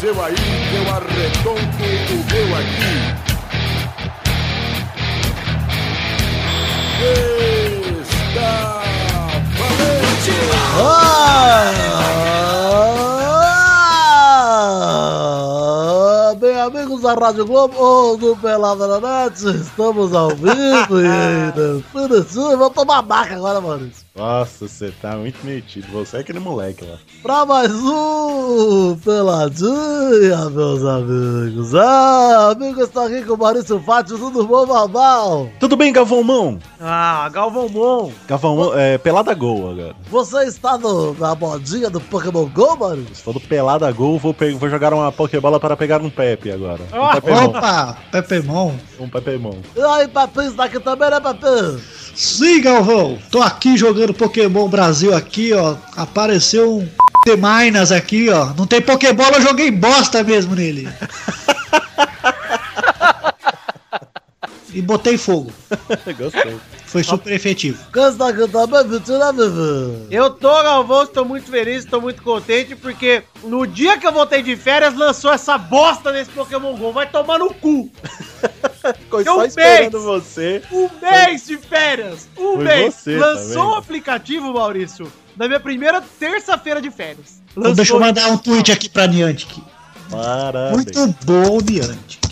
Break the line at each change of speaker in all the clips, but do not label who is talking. seu aí, eu arredonto o meu aqui. Está valente!
Ah! Bem, amigos da Rádio Globo ou do Pelada na Net, estamos ao vivo e dançando assim. Vou tomar maca agora, Maurício.
Nossa, você tá muito metido. Você é aquele moleque lá.
Pra mais um Peladinha, meus amigos. Ah, amigo, estou aqui com o Maurício Fátio, tudo bom, Babal?
Tudo bem, Galvão
Ah, Galvão Mon.
Galvão é pelada gol agora.
Você está no- na modinha do Pokémon GO, Maurício?
Estou do pelada gol, vou, pe- vou jogar uma Pokébola para pegar um Pepe agora. Um
Ah,
Pepemon.
Opa, Pepemon.
Um Pepemon.
E aí, Papinho, está aqui também, né, Papinho?
Sim, Galvão. Tô aqui jogando Pokémon Brasil aqui, ó. Apareceu um de Minas aqui, ó. Não tem Pokébola, eu joguei bosta mesmo nele. e botei fogo.
Gostei.
Foi super efetivo.
Quem está aqui também, Vitinho, né, Vivi?
Eu tô, Galvão, estou muito feliz, estou muito contente, porque no dia que eu voltei de férias, lançou essa bosta nesse Pokémon GO. Vai tomar no cu.
Ficou
Deu
só
um
esperando
beijo.
você.
Um mês de férias. Um
Foi
mês.
você, tá
lançou
vendo?
o aplicativo, Maurício, na minha primeira terça-feira de férias.
Então,
Lançou
deixa eu mandar um tweet aqui pra Niantic.
Parabéns.
Muito bom, Niantic.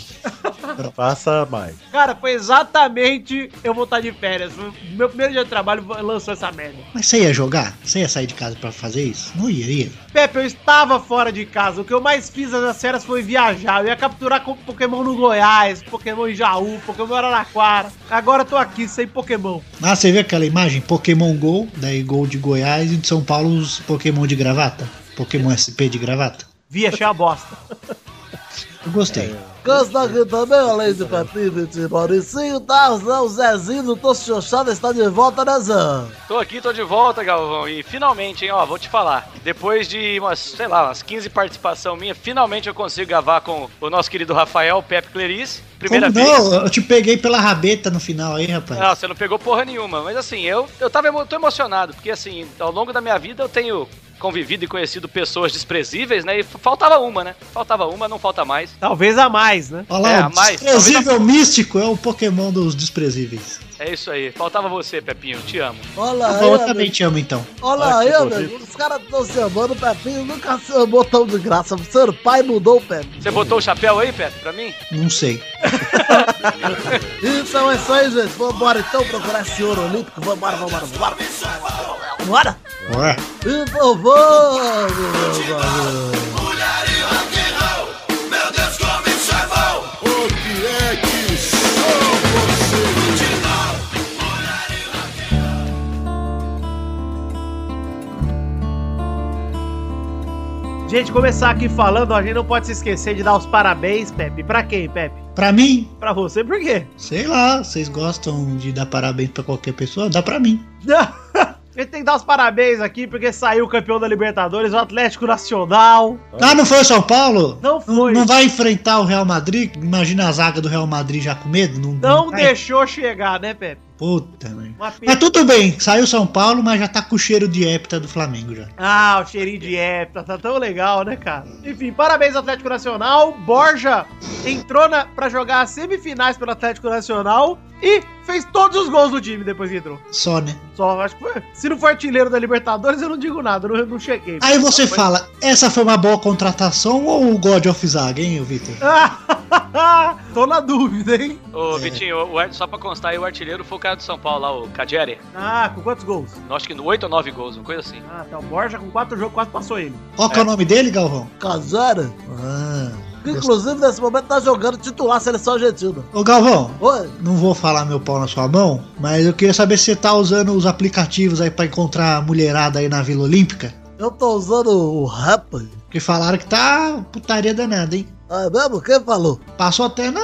Faça mais.
Cara, foi exatamente eu voltar de férias. Foi o Meu primeiro dia de trabalho lançou essa merda.
Mas você ia jogar? Você ia sair de casa pra fazer isso? Não iria.
Pepe, eu estava fora de casa. O que eu mais fiz nas férias foi viajar. Eu ia capturar com Pokémon no Goiás, Pokémon em Jaú, Pokémon em Araraquara. Agora eu tô aqui sem Pokémon.
Ah, você viu aquela imagem? Pokémon GO, daí Gol de Goiás e de São Paulo os Pokémon de gravata. Pokémon SP de gravata.
Vi, achei a bosta.
Eu gostei.
É,
Quem está aqui também, além de Papinho, Vitinho, Mauricinho, tá? O Zezinho do Tosso Xoxada está de volta, né, Zé?
Tô aqui, tô de volta, Galvão. E finalmente, hein, ó, vou te falar. Depois de umas, sei lá, umas 15 participação minha, finalmente eu consigo gravar com o nosso querido Rafael Pepe Clerice. Primeira
Como
vez.
não? Eu te peguei pela rabeta no final aí, rapaz.
Ah, você não pegou porra nenhuma, mas assim, eu, eu tava emo- tô emocionado, porque assim, ao longo da minha vida eu tenho convivido e conhecido pessoas desprezíveis, né? E f- faltava uma, né? Faltava uma, não falta mais.
Talvez a mais, né?
Olha lá,
é,
o
mas-
desprezível místico é o Pokémon dos desprezíveis.
É isso aí. Faltava você, Pepinho. Te amo.
Olha
Tá
aí,
bom, eu
amigo.
também te amo então.
Olha
Ah,
aí,
que
amigo. Os caras estão se amando, o Pepinho nunca se amou tão de graça. O seu pai mudou o Pepe.
Você botou o chapéu aí, Pepe, pra mim?
Não sei.
Então é isso aí, gente. Vambora então procurar esse ouro olímpico. Vambora, vambora, vambora. Bora!
Ó,
Então vamos, meus amigos.
O que é que sou você?
Gente, começar aqui falando, a gente não pode se esquecer de dar os parabéns, Pepe. Pra quem, Pepe?
Pra mim,
Pra você, por quê?
sei lá, vocês gostam de dar parabéns pra qualquer pessoa? Dá pra mim.
A gente tem que dar os parabéns aqui, porque saiu o campeão da Libertadores, o Atlético Nacional.
Ah, não foi o São Paulo?
Não foi.
Não vai enfrentar o Real Madrid? Imagina a zaga do Real Madrid já com medo? Não,
Não
vai?
deixou chegar, né, Pepe?
Puta, mãe.
Uma
Mas tudo bem, saiu São Paulo, mas já tá com o cheiro de épta do Flamengo já.
Ah, o cheirinho de época, tá tão legal, né, cara? Enfim, parabéns Atlético Nacional. Borja entrou na, pra jogar as semifinais pelo Atlético Nacional e fez todos os gols do time depois que entrou.
Só, né?
Só, acho que foi. Se não for artilheiro da Libertadores, eu não digo nada, eu não, não chequei.
Aí você fala, essa foi uma boa contratação ou o God of Zaga, hein, Vitor?
Ah, Tô na dúvida, hein?
É.
Ô, Vitinho, o ar- só pra constar aí, o artilheiro foi o cara do São Paulo lá, o Cadieri.
Ah, com quantos gols?
Acho que 8 ou 9 gols, uma coisa assim.
Ah, tá. O Borja com quatro jogos quase passou ele.
Qual que é o nome dele, Galvão?
Cajara,
Ah.
que inclusive nesse momento tá jogando titular a seleção argentina.
Ô, Galvão,
Oi?
não vou falar meu pau na sua mão, mas eu queria saber se você tá usando os aplicativos aí pra encontrar a mulherada aí na Vila Olímpica.
Eu tô usando o rap.
Porque falaram que tá putaria danada, hein?
É mesmo? Quem falou?
Passou até na-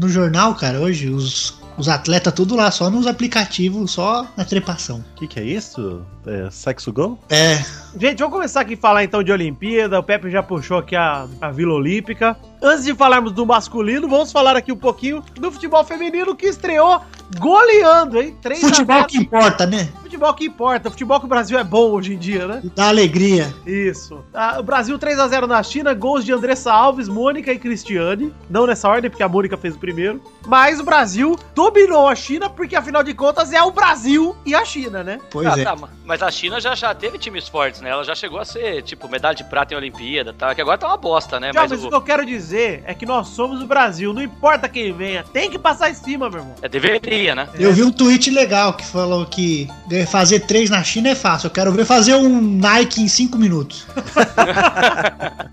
no jornal, cara, hoje, os, os atletas tudo lá, só nos aplicativos, só na trepação.
O que, que é isso? É sexo gol?
É,
Gente, vamos começar aqui a falar então de Olimpíada. O Pepe já puxou aqui a, a Vila Olímpica. antes de falarmos do masculino, vamos falar aqui um pouquinho do futebol feminino que estreou goleando, hein? 3
Futebol que importa, né?
Futebol que importa, futebol que o Brasil é bom hoje em dia, né?
Dá alegria.
Isso. Ah, o Brasil 3x0 na China, gols de Andressa Alves, Mônica e Cristiane. Não nessa ordem, porque a Mônica fez o primeiro. Mas o Brasil dominou a China, porque afinal de contas é o Brasil e a China, né?
Pois
Ah,
é.
tá, ma- mas a China já, já teve times fortes, né? Ela já chegou a ser, tipo, medalha de prata em Olimpíada e tal, que agora tá uma bosta, né?
Já,
Mas,
mas o
o-
que eu quero dizer é que nós somos o Brasil, não importa quem venha, tem que passar em cima, meu irmão.
é, deveria, né?
Eu vi um tweet legal que falou que ganhar- fazer três na China é fácil. Eu quero ver fazer um Nike em cinco minutos.
Tá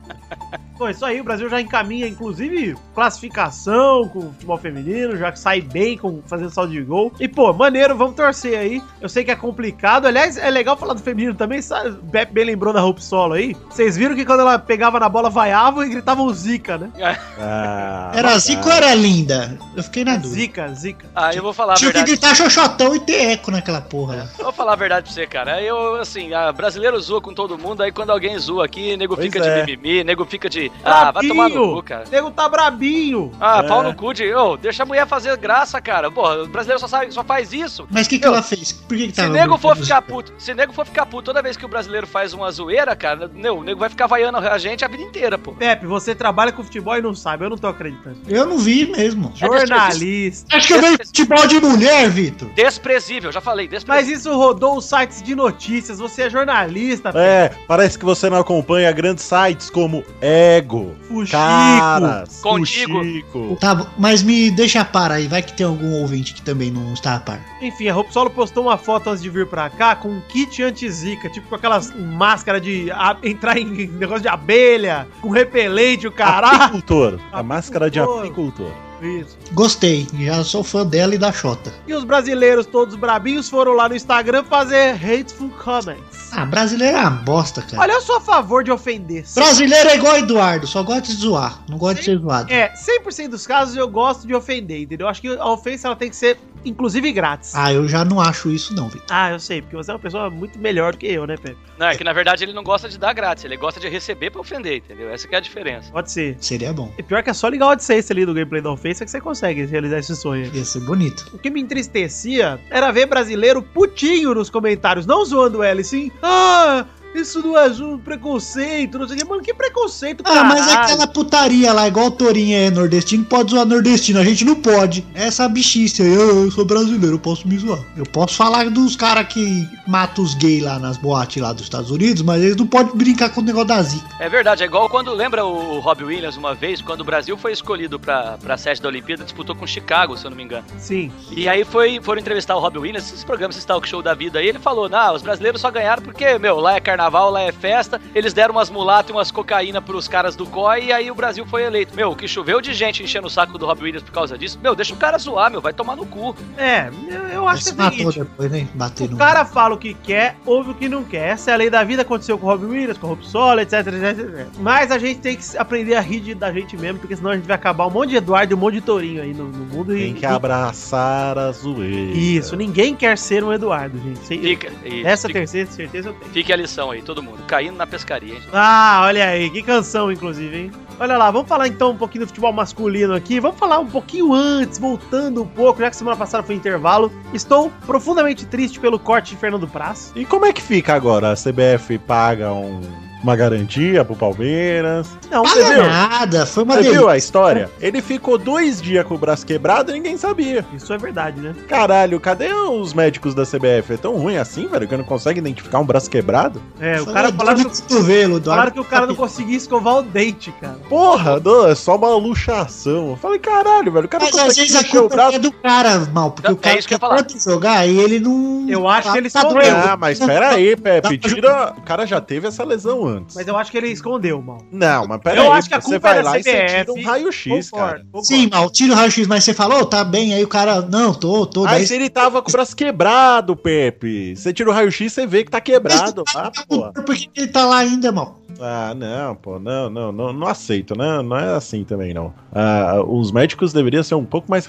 Bom, isso aí, o Brasil já encaminha, inclusive, classificação com o futebol feminino, já que sai bem com fazendo saldo de gol. E, pô, maneiro, vamos torcer aí. Eu sei que é complicado. Aliás, é legal falar do feminino também. Sabe? Bep bem lembrou da Hope Solo aí. Vocês viram que quando ela pegava na bola, vaiavam e gritavam zica, né?
Ah,
Era zico ou era linda? Eu fiquei na dúvida.
Zica, zica.
Ah, eu vou falar a
Tinha que
É verdade. É.
gritar xoxotão e ter eco naquela porra. lá.
Eu Vou falar a verdade pra você, cara. Eu, assim, a brasileiro zoa com todo mundo, aí quando alguém zoa aqui, nego
Pois
fica
é.
de mimimi, nego fica de. Ah, vai tomar no cu, cara.
O nego tá brabinho.
Ah,
É.
pau no cu de. Ô, deixa a mulher fazer graça, cara. Porra, o brasileiro só, sai- só faz isso.
Mas o que, que
Eu-
ela fez? Por que, que
Se
tava
nego for
gritando?
ficar puto, se nego for ficar puto toda vez que o brasileiro faz uma zoeira, cara, não, o nego vai ficar vaiando a gente a vida inteira, pô.
Pepe, você trabalha com futebol e não sabe, eu não tô acreditando.
Eu não vi mesmo.
É desperdício.
Jornalista.
Acho que eu vejo futebol de mulher, Vitor.
Desprezível, já falei,
Mas
desprezível.
isso rodou os sites de notícias. Você é jornalista,
É, parece que você não acompanha grandes sites como Ego,
Fuxico.
Caras,
Contigo.
Fuxico.
Tá, bom, mas me deixa par aí. Vai que tem algum ouvinte que também não está a par.
Enfim, a Roupa Solo postou uma foto antes de vir pra cá com um kit anti-zica, tipo com aquelas máscaras de a- entrar em negócio de abelha, com repelente, o caralho.
Apicultor. A máscara de
Apicultor.
apicultor.
Isso.
Gostei. Já sou fã dela e da Xota.
E os brasileiros todos brabinhos foram lá no Instagram fazer hateful comments.
Ah, brasileiro é uma bosta, cara.
Olha, eu sou a favor de ofender.
Brasileiro é igual Eduardo, só gosta de zoar. Não gosta de ser zoado.
É, 100% dos casos eu gosto de ofender, entendeu? Acho que a ofensa ela tem que ser, inclusive, grátis. Ah,
Ah, eu já não acho isso, não, Vitor.
eu sei, porque você é uma pessoa muito melhor do que eu, né, Pepe?
Não, é que na verdade ele não gosta de dar grátis, ele gosta de receber pra ofender, entendeu? Essa que é a diferença.
Pode ser.
Seria bom.
E pior que é só ligar o AdSense ali do gameplay da ofensa que você consegue realizar esse sonho.
Ia ser bonito.
O que me entristecia era ver brasileiro putinho nos comentários, não zoando ela, e sim, ah, isso não é um preconceito, não sei o que. Mano, que preconceito,
Ah,
caralho.
mas aquela putaria lá, igual o Torinho é nordestino, pode zoar nordestino, a gente não pode. Essa bichice aí, eu, eu sou brasileiro, eu posso me zoar. Eu posso falar dos caras que matam os gays lá nas boates lá dos Estados Unidos, mas eles não podem brincar com o negócio da zica.
É verdade, é igual quando lembra o Rob Williams uma vez, quando o Brasil foi escolhido pra, pra sede da Olimpíada, disputou com Chicago, se eu não me engano.
Sim.
E aí foi, foram entrevistar o Rob Williams, esse programa, esse talk show da vida aí, ele falou, não, os brasileiros só ganharam porque, meu, lá é carnaval, lá é festa, eles deram umas mulatas e umas cocaína pros caras do COI e aí o Brasil foi eleito. Meu, que choveu de gente enchendo o saco do Rob Williams por causa disso, meu, deixa o cara zoar, meu, vai tomar no cu.
É, eu, eu acho
Se
que é o
matou
seguinte.
depois, né? Bater
O
no.
cara fala o que quer, ouve o que não quer. Essa é a lei da vida, aconteceu com o Rob Williams, com o Rob Solo, etc, etc, etc. Mas a gente tem que aprender a rir de- da gente mesmo, porque senão a gente vai acabar um monte de Eduardo e um monte de Tourinho aí no, no mundo. e-
Tem que abraçar a zoeira.
Isso, ninguém quer ser um Eduardo, gente. Sem-
Fica, e,
Essa
fica,
terceira certeza eu tenho.
fique a lição aí, todo mundo, caindo na pescaria, hein?
Ah, olha aí, que canção, inclusive, hein? Olha lá, vamos falar então um pouquinho do futebol masculino aqui. Vamos falar um pouquinho antes, voltando um pouco, já que semana passada foi intervalo. Estou profundamente triste pelo corte de Fernando Praz.
E como é que fica agora? A CBF paga um- uma garantia pro Palmeiras.
Não,
Paga
você viu?
nada, foi uma
Você viu
delícia.
a história? Ele ficou dois dias com o braço quebrado e ninguém sabia.
Isso é verdade, né?
Caralho, cadê os médicos da CBF? É tão ruim assim, velho, que não consegue identificar um braço quebrado?
É, o
Foi
cara
uma
falaram,
dor de cotovelo, Eduardo.
falaram que o cara não conseguia escovar o dente, cara.
Porra, não, é só uma luxação. Eu falei, caralho, velho, o cara não
Mas às
consegue
vezes a
mexer o
culpa é
braço.
do cara, mal, porque
Não,
o cara
é isso que eu
quer
ia falar.
tanto jogar e ele não. tá
Eu acho que ele escondeu.
doendo.
Ah, mas peraí, Pepe, tira... O cara já teve essa lesão antes.
Mas eu acho que ele escondeu, mal.
Não, mas peraí,
Eu acho que a
você
culpa é
vai
da
lá e você
CBF,
tira um raio-x, cara.
Sim, mal, tira o raio-x, mas você falou, tá bem, aí o cara, não, tô, tô. daí
Mas ele tava com o braço quebrado, Pepe. Você tira o raio-x, você vê que tá quebrado lá,
tá
pô.
com- Por que que ele tá lá ainda, mal?
Ah, não, pô, não, não, não, não aceito, né? Não é assim também, não. Ah, os médicos deveriam ser um pouco mais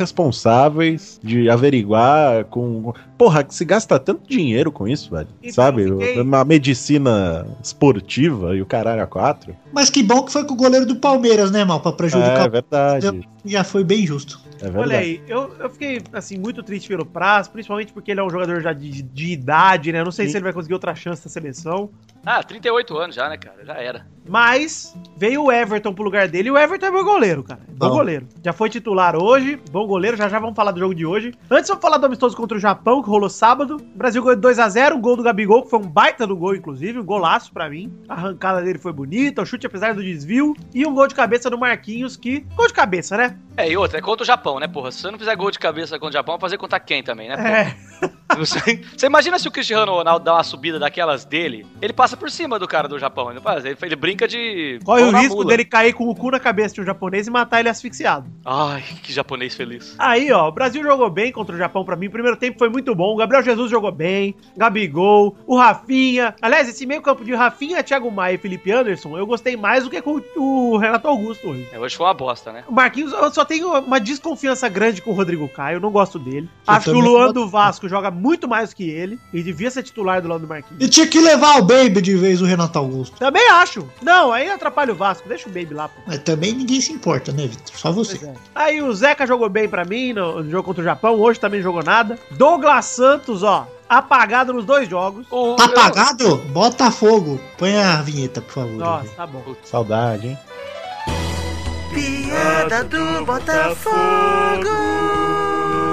responsáveis de averiguar com. Porra, se gasta tanto dinheiro com isso, velho.
Então,
Sabe?
fiquei-
Uma medicina esportiva e o caralho a quatro.
Mas que bom que foi com o goleiro do Palmeiras, né, mal? Pra prejudicar.
É verdade.
Já foi bem justo.
É
Olha
verdade.
aí, eu, eu fiquei, assim, muito triste pelo prazo, principalmente porque ele é um jogador já de, de idade, né? Eu não sei
Sim.
se ele vai conseguir outra chance na seleção.
Ah, 38 anos já, né, cara? Já era.
Mas veio o Everton pro lugar dele e o Everton é bom goleiro, cara. É Bom
Bom.
goleiro. Já foi titular hoje, bom goleiro, já já vamos falar do jogo de hoje. Antes vamos falar do amistoso contra o Japão, que rolou sábado. O Brasil ganhou 2x0, um gol do Gabigol, que foi um baita do gol, inclusive, um golaço pra mim. A arrancada dele foi bonita, o chute apesar do desvio. E um gol de cabeça do Marquinhos, que... Gol de cabeça, né?
É, e outra, é contra o Japão, né, porra? Se você não fizer gol de cabeça contra o Japão, vai fazer contra quem também, né, porra?
É...
Não sei. Você imagina se o Cristiano Ronaldo dá uma subida daquelas dele, ele passa por cima do cara do Japão, ele, não faz, ele, ele brinca de.
Corre
pau
o
na
risco
mula.
dele cair com o cu na cabeça de um japonês e matar ele asfixiado.
Ai, que japonês feliz.
Aí, ó, o Brasil jogou bem contra o Japão pra mim. O primeiro tempo foi muito bom. O Gabriel Jesus jogou bem. Gabigol, o Rafinha. Aliás, esse meio-campo de Rafinha, Thiago Maia e Felipe Anderson, eu gostei mais do que com o Renato Augusto hoje.
É, hoje foi uma bosta, né?
O Marquinhos, eu só tenho uma desconfiança grande com o Rodrigo Caio, não gosto dele.
Eu
Acho que o
também
Luan
não-
do Vasco joga muito mais que ele e devia ser titular do lado do Marquinhos.
E tinha que levar o Baby de vez o Renato Augusto.
Também acho. Não, aí atrapalha o Vasco. Deixa o Baby lá, pô.
Mas também ninguém se importa, né, Vitor? Só você.
é.
Aí o Zeca jogou bem pra mim no, no jogo contra o Japão, hoje também não jogou nada. Douglas Santos, ó, apagado nos dois jogos.
O,
Tá
eu-
apagado? Bota fogo. Põe a vinheta, por favor.
Nossa, tá bom.
Saudade, hein?
Piada do Botafogo.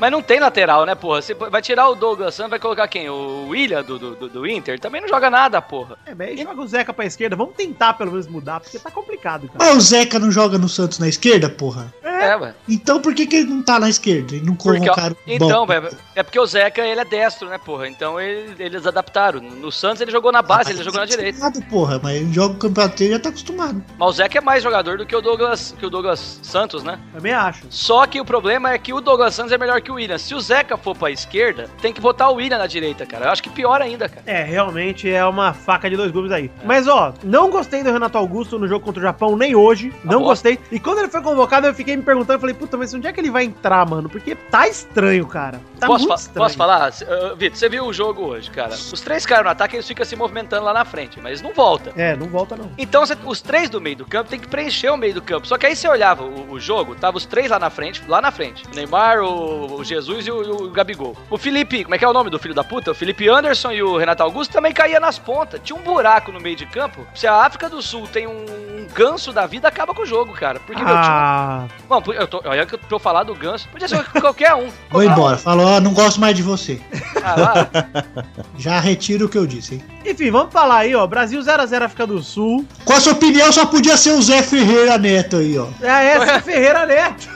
Mas não tem lateral, né, porra? Você vai tirar o Douglas Santos, vai colocar quem? O William do, do, do- do Inter? Também não joga nada, porra.
É, mas aí joga o Zeca pra esquerda. Vamos tentar pelo menos mudar, porque tá complicado, cara.
Mas o Zeca não joga no Santos na esquerda, porra?
É, ué.
Então por que, que ele não tá na esquerda? E não
Porque, ó,
colocaram o banco?
então, velho, é porque o Zeca, ele é destro, né, porra? Então ele- eles adaptaram. No Santos ele jogou na base, ele
Tá
jogou na direita.
acostumado, Porra, mas ele joga o campeonato inteiro já tá acostumado.
Mas o Zeca é mais jogador do que o Douglas, que o Douglas Santos, né?
Também acho.
Só que o problema é que o Douglas Santos é melhor que o William. Se o Zeca for pra esquerda, tem que botar o William na direita, cara. Eu acho que pior ainda, cara.
É, realmente é uma faca de dois gumes aí.
É.
Mas ó, não gostei do Renato Augusto no jogo contra o Japão, nem hoje. não
Tá bom.
gostei. E quando ele foi convocado, eu fiquei me perguntando, falei, puta, mas onde é que ele vai entrar, mano? Porque tá estranho, cara. Tá
posso,
muito
fa-
estranho.
posso falar? C- ah, Vitor, você viu o jogo hoje, cara. Os três caras no ataque, eles ficam se movimentando lá na frente, mas não volta.
É, não volta não.
Então você- os três do meio do campo tem que preencher o meio do campo. Só que aí você olhava o, o jogo, tava os três lá na frente, lá na frente. O Neymar, o, o Jesus e o, o Gabigol. O Felipe, como é que é o nome do filho da puta? O Felipe Anderson e o Renato Augusto também caía nas pontas. Tinha um buraco no meio de campo. Se a África do Sul tem um, um ganso da vida, acaba com o jogo, cara. Porque meu time.
Ah,
Bom, eu tô, olha que eu tô falando do ganso. Podia ser qualquer um.
Vou embora. Falou, ó, não gosto mais de você.
Ah, lá.
Já retiro o que eu disse, hein?
enfim, vamos falar aí, ó. Brasil 0x0 África do Sul.
Com a sua opinião, só podia ser o Zé Ferreira Neto aí, ó.
É, essa é Ferreira Neto.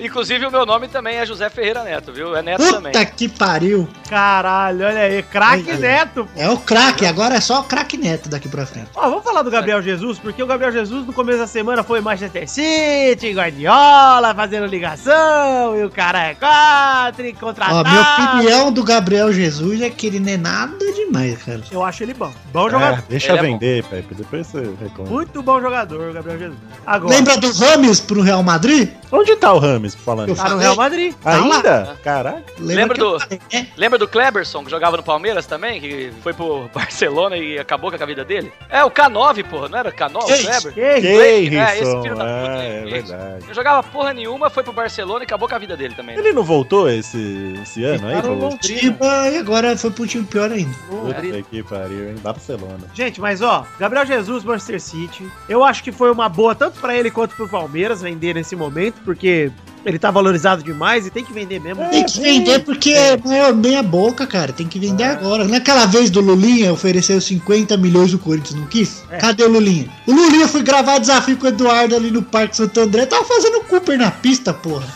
É, Inclusive, o meu nome também é José Ferreira Neto, viu? É Neto também.
Puta que pariu.
Caralho, olha aí, craque
Ai, ai.
Neto.
É o craque, agora é só o craque Neto daqui pra frente.
Ó, vamos falar do Gabriel Jesus, porque o Gabriel Jesus no começo da semana foi Manchester City, Guardiola, fazendo ligação, e o cara é quatro, e
Ó,
contratado.
minha opinião do Gabriel Jesus é que ele não é nada demais, cara.
Eu acho ele bom. Bom jogador.
É, deixa
Ele é
vender, Pepe. Depois você reclama.
Muito bom jogador, o Gabriel Jesus. Agora,
Lembra do Rames pro Real Madrid?
Onde tá o Rames, falando?
Eu
tá no
falei.
Real Madrid.
tá lá.
Ainda? Caraca.
Lembra
que eu
do-
falei, né?
Lembra do Kleberson, que jogava no Palmeiras também? Que foi pro Barcelona e acabou com a vida dele? É, o K9, porra. Não era o K9, o
Gente.
Kleber?
Ei,
Blake,
Que
né? Esse
isso?
filho da puta,
Ah, é
Blake.
verdade.
Não jogava porra nenhuma, foi pro Barcelona e acabou com a vida dele também. né?
Ele não voltou esse, esse ano aí?
cara,
Paulo?
não
Tiba, e agora foi pro time pior ainda.
Puta que pariu, hein? Barcelona.
Gente, mas ó, Gabriel Jesus, Manchester City. Eu acho que foi uma boa tanto pra ele quanto pro Palmeiras vender nesse momento, porque ele tá valorizado demais e tem que vender mesmo.
Tem que vender porque é meia- meia boca, cara. Tem que vender agora. Naquela vez do Lulinha ofereceu 50 milhões do Corinthians, não quis?
É.
Cadê o Lulinha? O Lulinha foi gravar desafio com o Eduardo ali no Parque Santo André. Tava fazendo Cooper na pista, porra.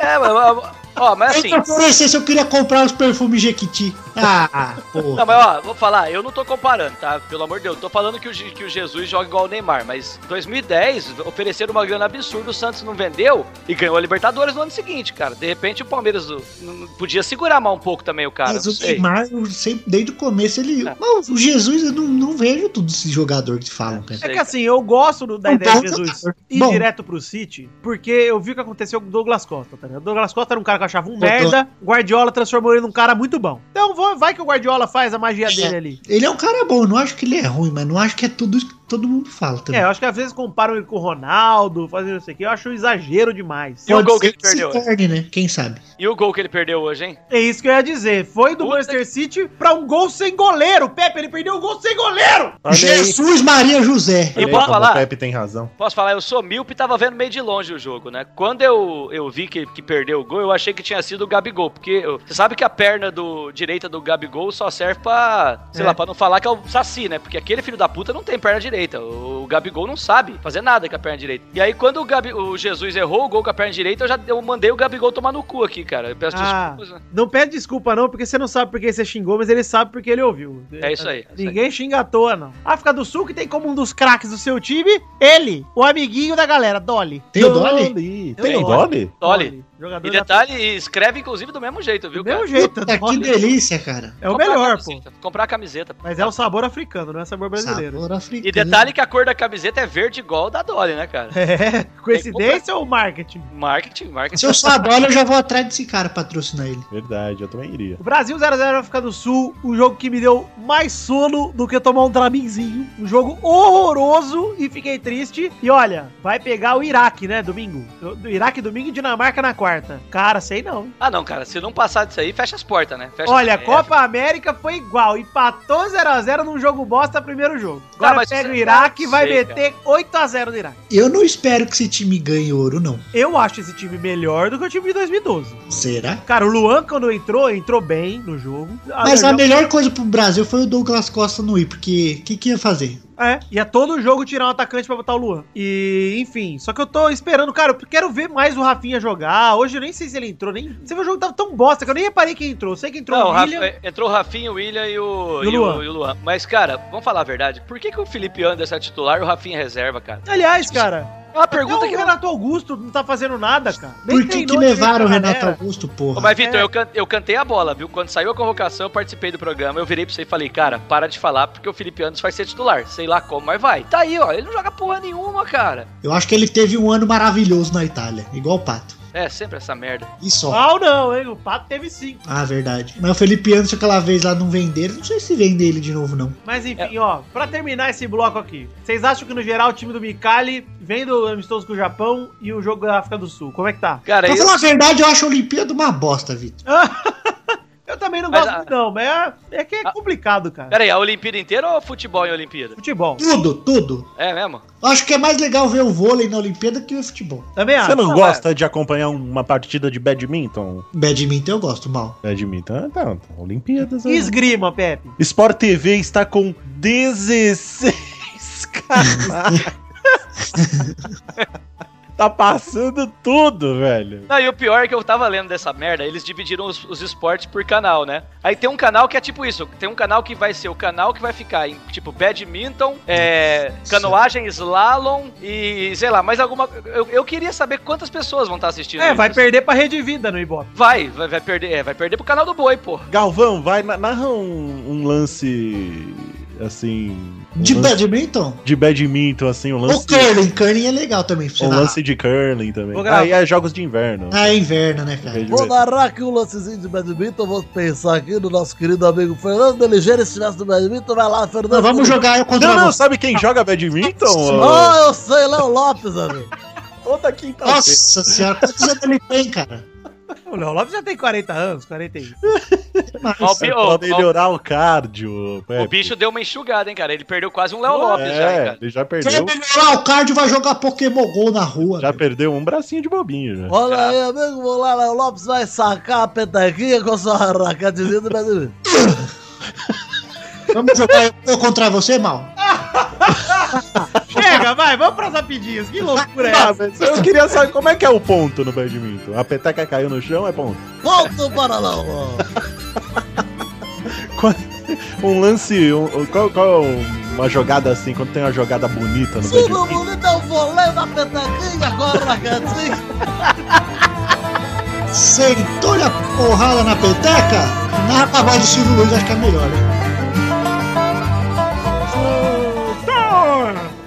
É, mas, mas- ó, mas
Assim,
assim,
se eu queria comprar os perfumes Jequiti. Ah, pô.
Não, mas é ó, vou falar, eu não tô comparando, tá? Pelo amor de Deus, tô falando que o, Je- que o Jesus joga igual o Neymar, mas 2010 ofereceram uma grana absurda, o Santos não vendeu e ganhou a Libertadores no ano seguinte, cara. De repente o Palmeiras o- não- não- podia segurar mais um pouco também o cara.
Mas
não
o
sei.
Neymar, eu sempre, desde o começo, ele.
Ah.
Não, o Jesus, eu não, não vejo tudo esse jogador que falam, cara.
É que assim, eu gosto do- da
É um
ideia de
bom
Jesus
jogador.
ir
Bom.
direto pro City, porque eu vi o que aconteceu com o Douglas Costa, tá ligado? O Douglas Costa era um cara que eu achava um
Voltou.
merda, o Guardiola transformou ele num cara muito bom. Então vou- vai que o Guardiola faz a magia
É.
dele ali.
Ele é um cara bom, eu não acho que ele é ruim, mas não acho que é tudo isso que todo mundo fala também.
É, eu acho que às vezes comparam ele com o Ronaldo, fazendo isso aqui, eu acho um exagero demais.
E o gol que
ser
ele perdeu?
se torne, né? Quem sabe?
E o gol que ele perdeu hoje, hein?
É isso que eu ia dizer, foi do
Puta
Manchester City pra um gol sem goleiro, Pepe, ele perdeu o gol sem goleiro!
Olha aí.
Jesus Maria José.
E
Olha aí
pode
como
falar?
O Pepe tem razão.
Posso falar, eu sou míope e tava vendo meio de longe o jogo, né? Quando eu, eu vi que, que perdeu o gol, eu achei que tinha sido o Gabigol, porque eu- você sabe que a perna do, direita do Gabigol só serve pra, sei
É.
lá, pra não falar que é o Saci, né? Porque aquele filho da puta não tem perna direita. O, o Gabigol não sabe fazer nada com a perna direita. E aí, quando o, Gabi, o Jesus errou o gol com a perna direita, eu já eu mandei o Gabigol tomar no cu aqui, cara. Eu peço
Ah.
desculpas. né?
Não pede desculpa não, porque você não sabe porque você xingou, mas ele sabe porque ele ouviu.
É isso aí. é isso aí.
Ninguém xinga à toa, não. África do Sul, que tem como um dos craques do seu time, ele, o amiguinho da galera, Dolly.
Tem o Dolly?
Tem o
Dolly.
Dolly?
Olha,
Jogador
e detalhe, e escreve inclusive do mesmo jeito, é viu,
Do
cara? assim.
mesmo jeito.
Puta, que
Dolly.
delícia, cara.
É o
Comprar a
melhor, pô.
camiseta, Comprar a camiseta.
Mas é o sabor africano, não é sabor brasileiro.
Sabor africano.
E detalhe que a cor da camiseta é verde igual a da Dolly, né, cara?
É, coincidência ou marketing?
Marketing, marketing.
Se eu sou a Dolly, eu já vou atrás desse cara patrocinar ele.
Verdade, eu também iria.
O Brasil 0x0 África do Sul, o jogo que me deu mais sono do que tomar um draminzinho. Um jogo horroroso e fiquei triste. E olha, vai pegar o Iraque, né, domingo? Do Iraque domingo e Dinamarca na quarta. Cara, sei não. hein?
Ah, não, cara, se não passar disso aí, fecha as portas, né? Fecha
Olha, a
é,
Copa América foi igual. Empatou 0x0 num jogo bosta, primeiro jogo. Agora
Tá, mas
pega
isso-
o Iraque e vai
sei,
meter 8x0 no Iraque.
Eu não espero que esse time ganhe ouro, não.
Eu acho esse time melhor do que o time de 2012.
Será?
Cara, o Luan, quando entrou, entrou bem no jogo. Ah,
Mas a
melhor-
melhor coisa pro Brasil foi o Douglas Costa não ir, porque o que, que ia fazer?
É, ia todo jogo tirar um atacante pra botar o Luan. E, enfim, só que eu tô esperando, cara, eu quero ver mais o Rafinha jogar. Hoje eu nem sei se ele entrou, nem. Você viu o jogo tava tão bosta que eu nem reparei quem entrou. Eu sei que entrou
Não, o
o
Rafa-
William.
entrou o Rafinha, o William e o,
E o
e
Luan.
e o Luan. Mas, cara, vamos falar a verdade. Por que, que o Felipe Anderson é titular e o Rafinha é reserva, cara?
Aliás, cara,
É uma
pergunta
pergunta
o
que. eu-
Renato Augusto não tá fazendo nada, cara. Nem
Por que, que
treinou direito
levaram o
com a
Renato
galera.
Augusto,
Ô,
porra?
Mas,
é.
Vitor, eu, can- eu cantei a bola, viu? Quando saiu a convocação, eu participei do programa, eu virei pra você e falei, cara, para de falar, porque o Felipe Anderson vai ser titular. Sei lá como, mas vai. Tá aí, ó. Ele não joga porra nenhuma, cara.
Eu acho que ele teve um ano maravilhoso na Itália, igual o Pato.
É, sempre essa merda.
E só.
Qual não, hein? O Pato teve cinco.
Ah, verdade. Mas o Felipe Anderson aquela vez lá não venderam. Não sei se vende ele de novo, não.
Mas
É.
enfim, ó, pra terminar esse bloco aqui, vocês acham que no geral o time do Mikali vem do amistoso com o Japão e o jogo da África do Sul? Como é que tá?
Cara,
pra
eu,
falar a verdade, eu acho a Olimpíada uma bosta, Vitor.
Eu também não
Mas
gosto,
a-
muito, não, mas é, é que é
a-
complicado, cara.
Pera aí, a Olimpíada inteira ou futebol em Olimpíada?
Futebol.
Tudo, tudo.
É mesmo?
Eu acho que é mais legal ver o vôlei na Olimpíada que o futebol.
Também acho.
Você não
não,
gosta de acompanhar uma partida de badminton?
Badminton eu gosto mal.
Badminton, ah, tá, tá, Olimpíadas. né?
Esgrima, Pepe.
Sport TV está com 16 canais. tá passando tudo, velho.
Não, e o pior é que eu tava lendo dessa merda, eles dividiram os, os esportes por canal, né? Aí tem um canal que é tipo isso, tem um canal que vai ser o canal que vai ficar em, tipo, badminton, é,
Nossa.
canoagem, slalom e, sei lá, mais alguma... Eu, eu queria saber quantas pessoas vão estar assistindo.
É,
isso.
vai perder pra Rede Vida no Ibope.
Vai, vai, vai perder, é, vai perder pro canal do Boi, pô.
Galvão, vai, na- narra um, um lance assim. Um
De
lance
badminton?
de badminton, assim, um
O
lance.
curling. Curling é legal também pra você
Um
narrar.
lance de curling também.
Vou gravar.
Aí é jogos de inverno.
Ah, é inverno, né, cara?
Rede
Vou
Vida.
narrar aqui um lancezinho de badminton. Vou pensar aqui no nosso querido amigo Fernando Eligeiro. Se estivesse no badminton, vai lá, Fernando.
Não, vamos jogar eu contra
Não, não,
você.
sabe quem joga badminton? tá
Oh, eu sei, Léo Lopes, amigo.
Toda quinta
Nossa senhora, quantos anos ele tem, cara?
O Léo Lopes já tem 40 anos, 41.
Ó, o
Mas,
bi- ó,
Pra
ó,
melhorar o cardio.
O
Pepe.
bicho deu uma enxugada, hein, cara. Ele perdeu quase um Léo Lopes já, hein,
É,
cara.
ele já
quer
perdeu.
melhorar o cardio, vai jogar Pokémon GO na rua.
Já
meu.
perdeu um bracinho de bobinho. Já.
Olha aí, amigo. Vou lá, Léo Lopes vai sacar a petequinha com sua racatezinha do badminton.
Vamos jogar eu contra você, mal?
Chega, vai, vamos pras rapidinhas. Que loucura é
Ah,
essa?
mas eu queria saber como é que é o ponto no badminton. A peteca caiu no chão, é ponto.
Ponto para Léo Lopes.
quando- um lance. um- qual, qual é uma jogada assim, quando tem uma jogada bonita assim? no
Se não
videogame?
muda, então eu vou levar a petanquinha agora na cantina.
Sentou-lhe a porrada na peteca? Na voz do Silvio Luiz, acho que é melhor, né?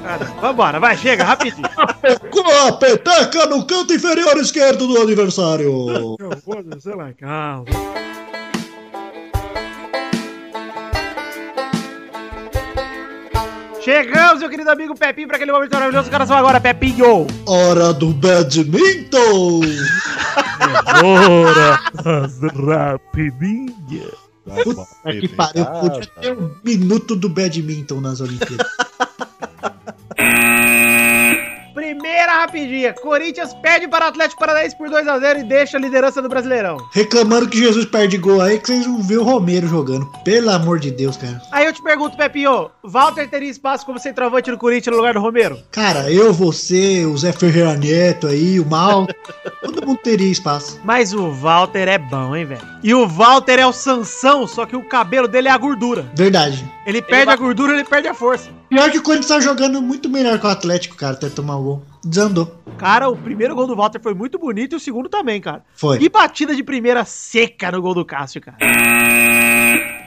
Ah, não. Vambora, vai, chega, rapidinho.
Com a peteca no canto inferior esquerdo do adversário.
Eu vou descer lá em casa. Chegamos, meu querido amigo Pepinho, para aquele momento maravilhoso. Os caras vão agora, Pepinho!
Hora do badminton. Puta que pariu, podia ter um minuto do badminton nas Olimpíadas.
Primeira rapidinha. Corinthians perde para o Atlético Paranaense por 2x0 e deixa a liderança do Brasileirão.
Reclamando que Jesus perde gol aí, que vocês vão ver o Romero jogando. Pelo amor de Deus, cara.
Aí eu te pergunto, Pepinho, Walter teria espaço como centroavante no Corinthians no lugar do Romero?
Cara, eu, você, o Zé Ferreira Neto aí, o Mal, todo mundo teria espaço.
Mas o Walter é bom, hein, velho? E o Walter é o Sansão, só que o cabelo dele é a gordura.
Verdade.
Ele perde
vai-
a gordura, ele perde a força.
Pior que o Corinthians tá jogando muito melhor que o Atlético, cara, até tomar o gol. Desandou.
Cara, o primeiro gol do Walter foi muito bonito e o segundo também, cara.
Foi.
E batida de primeira seca no gol do Cássio, cara.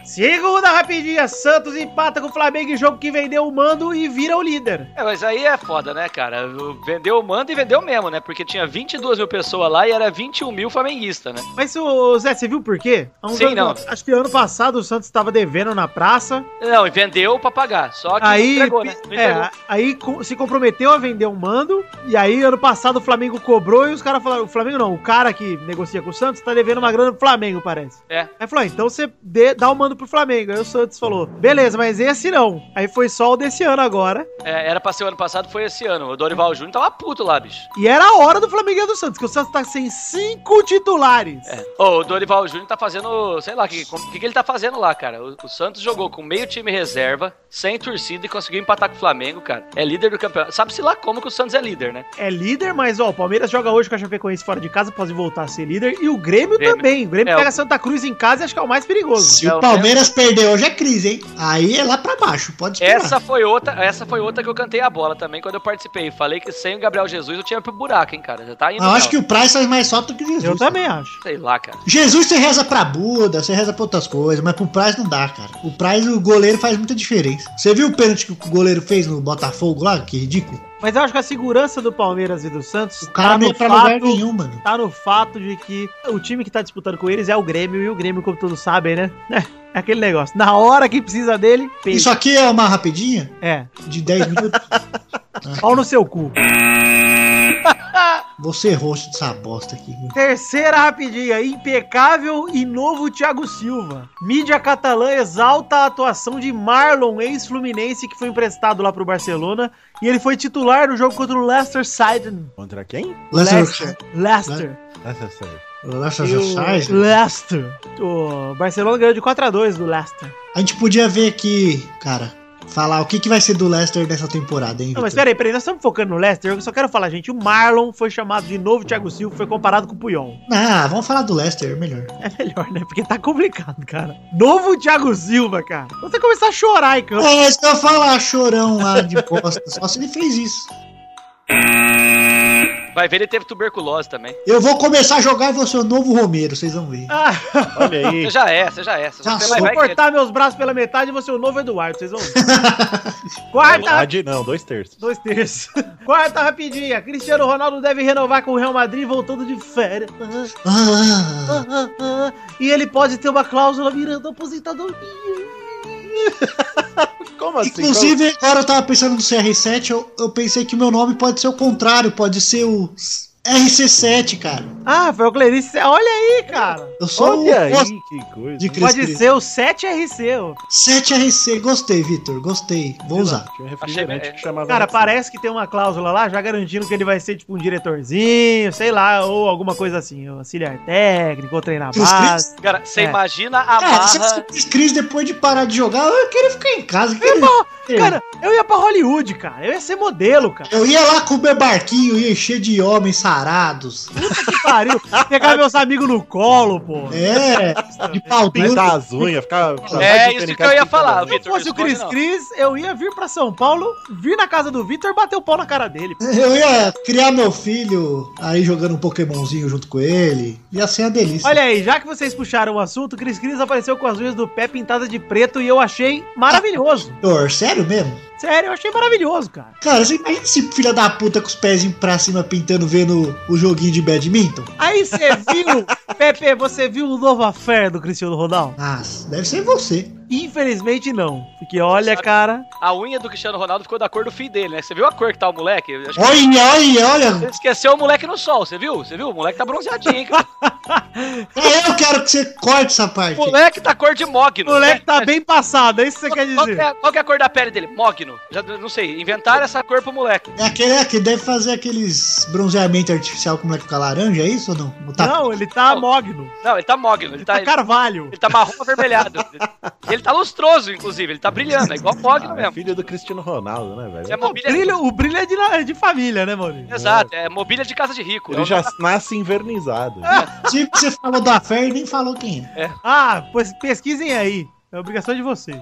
Segunda rapidinha, Santos empata com o Flamengo em jogo que vendeu o mando e vira o líder.
É, mas aí é foda, né, cara? O- Vendeu o mando e vendeu mesmo, né? Porque tinha 22 mil pessoas lá e era 21 mil flamenguistas, né?
Mas, ô, Zé, você viu por quê? Há uns
Sim, não.
anos- Acho que ano passado o Santos estava devendo na praça.
Não, e vendeu pra pagar. Só que
aí,
não entregou, né? Não
é,
entregou.
aí co- se comprometeu a vender um mando. E aí, ano passado, o Flamengo cobrou e os caras falaram: o Flamengo não, o cara que negocia com o Santos tá devendo uma grana pro Flamengo, parece.
É.
Aí falou: ah, então você dê- dá o mando pro Flamengo. Aí o Santos falou: beleza, mas esse não. Aí foi só o desse ano agora.
É, era pra ser o ano passado, foi esse ano. O Dorival Júnior tava puto lá, bicho.
E era a hora do Flamengo e do Santos, que o Santos tá sem cinco titulares.
É. Ô, o Dorival Júnior tá fazendo, sei lá, o que, como- que, que ele tá fazendo lá, cara? O, o Santos jogou com meio time reserva, sem torcida e conseguiu empatar com o Flamengo, cara. É líder do campeonato. Sabe-se lá como que o Santos é líder, né?
É líder, mas ó, o Palmeiras joga hoje com a Chapecoense fora de casa, pode voltar a ser líder. E o Grêmio,
Grêmio.
também. O Grêmio
É,
pega
o-
Santa Cruz em casa e acho que é o mais perigoso.
Se o Palmeiras perder hoje é crise, hein? Aí é lá pra baixo, pode esperar.
Essa foi outra, essa foi outra que eu cantei a bola também quando eu participei. Falei que sem o Gabriel Jesus eu tinha ido pro buraco, hein, cara. Já tá indo.
Eu acho que
cara.
o Price faz mais falta que o Jesus.
é. Eu também acho.
sei lá, cara.
Jesus você reza pra Buda, você reza pra outras coisas, mas pro Price não dá, cara. O Price, o goleiro faz muita diferença. Você viu o pênalti que o goleiro fez no Botafogo lá? Que ridículo.
Mas eu acho que a segurança do Palmeiras e do Santos
O
Tá
cara não
no
ia pra lugar
fato,
nenhum, mano.
tá no fato de que o time que tá disputando com eles é o Grêmio e o Grêmio, como todos sabem, né? É, é aquele negócio. Na hora que precisa dele, peixe.
Isso aqui é uma rapidinha
É,
de 10 minutos. Ah,
pau no seu cu.
Você rosto dessa bosta aqui. viu?
Terceira rapidinha, impecável e novo Thiago Silva. Mídia catalã exalta a atuação de Marlon, ex-fluminense, que foi emprestado lá pro Barcelona. E ele foi titular no jogo contra o Leicester Siden.
Contra quem?
Leicester.
Leicester.
Essa série.
Leicester.
E o Leicester. O Barcelona ganhou de 4x2 do Leicester.
A gente podia ver aqui, cara, falar o que, que vai ser do Leicester nessa temporada, hein?
Não, mas
Vitor?
peraí, peraí, nós estamos focando no Leicester. Eu só quero falar, gente. O Marlon foi chamado de novo Thiago Silva, foi comparado com o Puyol.
Ah, vamos falar do Leicester, melhor.
É melhor, né? Porque tá complicado, cara. Novo Thiago Silva, cara. Você começar a chorar em campo.
É, se eu falar chorão lá de bosta, só se ele fez isso.
Vai ver, ele teve tuberculose também.
Eu vou começar a jogar e vou ser o novo Romero, vocês vão ver.
Ah,
Olha aí.
Você já é, você já é. Você
Já
você
sou.
vai,
vou
vai,
cortar meus braços pela metade e vou ser o novo Eduardo, vocês vão ver.
Ah, tá.
Quarta...
Metade Ah, não, dois terços.
Dois terços. Quarta rapidinha. Cristiano Ronaldo deve renovar com o Real Madrid voltando de férias.
Ah,
Ah, ah, ah. E ele pode ter uma cláusula mirando aposentadoria.
Como assim?
inclusive, agora eu tava pensando no CR7, eu, eu pensei que meu nome pode ser o contrário, pode ser o RC7, cara.
Ah, foi o Clarice. Olha aí, cara.
Eu sou
Olha
o oposto
aí, que coisa.
de
hein?
Cristo.
Pode ser o 7RC. ó.
7RC, gostei, Vitor, gostei. Vou usar.
Tinha um refrigerante
Achei-
que chamava. assim.
Cara, parece que tem uma cláusula lá já garantindo que ele vai ser tipo um diretorzinho, sei lá, ou alguma coisa assim, ou auxiliar técnico, ou treinar
Cris,
base.
Cara, você
É. tipo assim-
imagina a
Cara, se
barra.
eu Cris depois de parar de jogar, eu queria ficar em casa. eu queria-
Cara, eu ia pra Hollywood, cara. Eu ia ser modelo, cara.
Eu ia lá comer barquinho, ia encher de homem, preparados.
Pariu. Pegar meus amigos no colo, pô.
É, de pau duro.
Pintar as unhas, ficar.
É isso que eu ia falar,
Se
Vitor.
fosse o
responde
Cris
não.
Cris, eu ia vir pra São Paulo, vir na casa do Vitor e bater o pau na cara dele.
Eu ia criar meu filho aí jogando um Pokémonzinho junto com ele. Ia ser a delícia.
Olha aí, já que vocês puxaram o assunto, o Cris Cris apareceu com as unhas do pé pintadas de preto e eu achei maravilhoso.
Vitor, sério mesmo?
Sério, eu achei maravilhoso, cara.
Cara, você imagina esse filho da puta com os pezinhos pra cima pintando vendo o joguinho de badminton?
Aí você viu, Pepe, você viu o novo affair do Cristiano Ronaldo?
Ah, deve ser você.
Infelizmente não. Porque olha,
Sabe-
cara,
A unha do Cristiano Ronaldo ficou da cor do filho dele, né? Você viu a cor que tá o moleque? Eu acho que
Olha, olha, olha.
Ele esqueceu o moleque no sol, você viu? Você viu? O moleque tá bronzeadinho, hein? cara?
É, eu quero que você corte essa parte.
O moleque tá cor de mogno.
o moleque tá bem passado, é isso que você quer
Qual que,
dizer.
é, qual que é a cor da pele dele? Mogno. Já, não sei. Inventaram essa cor pro moleque.
É aquele é, que deve fazer aqueles bronzeamento artificial com o moleque fica laranja, é isso ou não? Tá.
Não, ele tá
Não.
mogno.
Não, ele tá mogno. Ele tá,
Tá carvalho.
ele tá marrom avermelhado. E ele tá lustroso, inclusive. Ele tá brilhando. É igual mogno
Ah, é
mesmo.
filho do Cristiano Ronaldo, né, velho?
É
O
mobília...
brilho, o brilho é de, é de família, né, Maurinho?
Exato. É mobília de casa de rico. É
Ele
um-
já nasce invernizado.
É,
Tipo que você falou da fé e nem falou quem é.
Ah, pois pesquisem aí. É obrigação de vocês.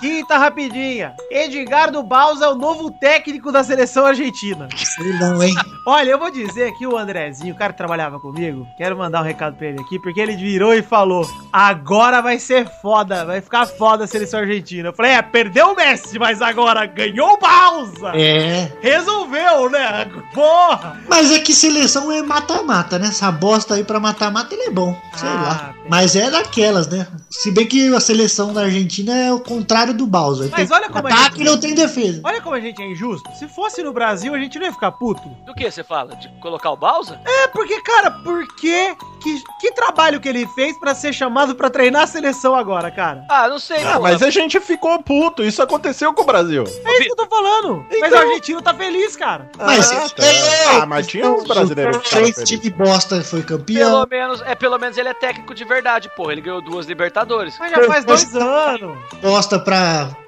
Quinta rapidinha. Edgardo Bausa é o novo técnico da seleção argentina.
Sei não, hein?
Olha, eu vou dizer que o Andrezinho, o cara que trabalhava comigo, quero mandar um recado pra ele aqui, porque ele virou e falou: agora vai ser foda, vai ficar foda a seleção argentina. Eu falei: é, perdeu o Messi, mas agora ganhou o Bausa!
É.
Resolveu, né? Porra!
Mas é que seleção é mata-mata, né? Essa bosta aí pra mata-mata ele é bom. Sei
Ah,
lá.
tem.
Mas é daquelas, né? Se bem que a seleção da Argentina é o contrário do Bowser.
Mas
tem
olha como é a
ataque e
gente-
não tem defesa.
Olha como a gente é injusto. Se fosse no Brasil, a gente não ia ficar puto.
Do que você fala? De colocar o Bausa?
É porque, cara, por que, que que trabalho que ele fez pra ser chamado pra treinar a seleção agora, cara?
Ah, não sei.
Ah,
não,
mas a gente ficou puto, isso aconteceu com o Brasil.
É isso que eu tô falando.
Então-
Mas o argentino tá feliz, cara.
Mas-
ah, tá.
é,
Ah, mas tinha
então,
uns brasileiros
tá,
que ficaram
Três
felizes.
time bosta foi campeão.
Pelo menos, é, pelo menos ele é técnico de verdade, porra. Ele ganhou duas Libertadores.
Mas já faz dois
Então-
anos.
Bosta pra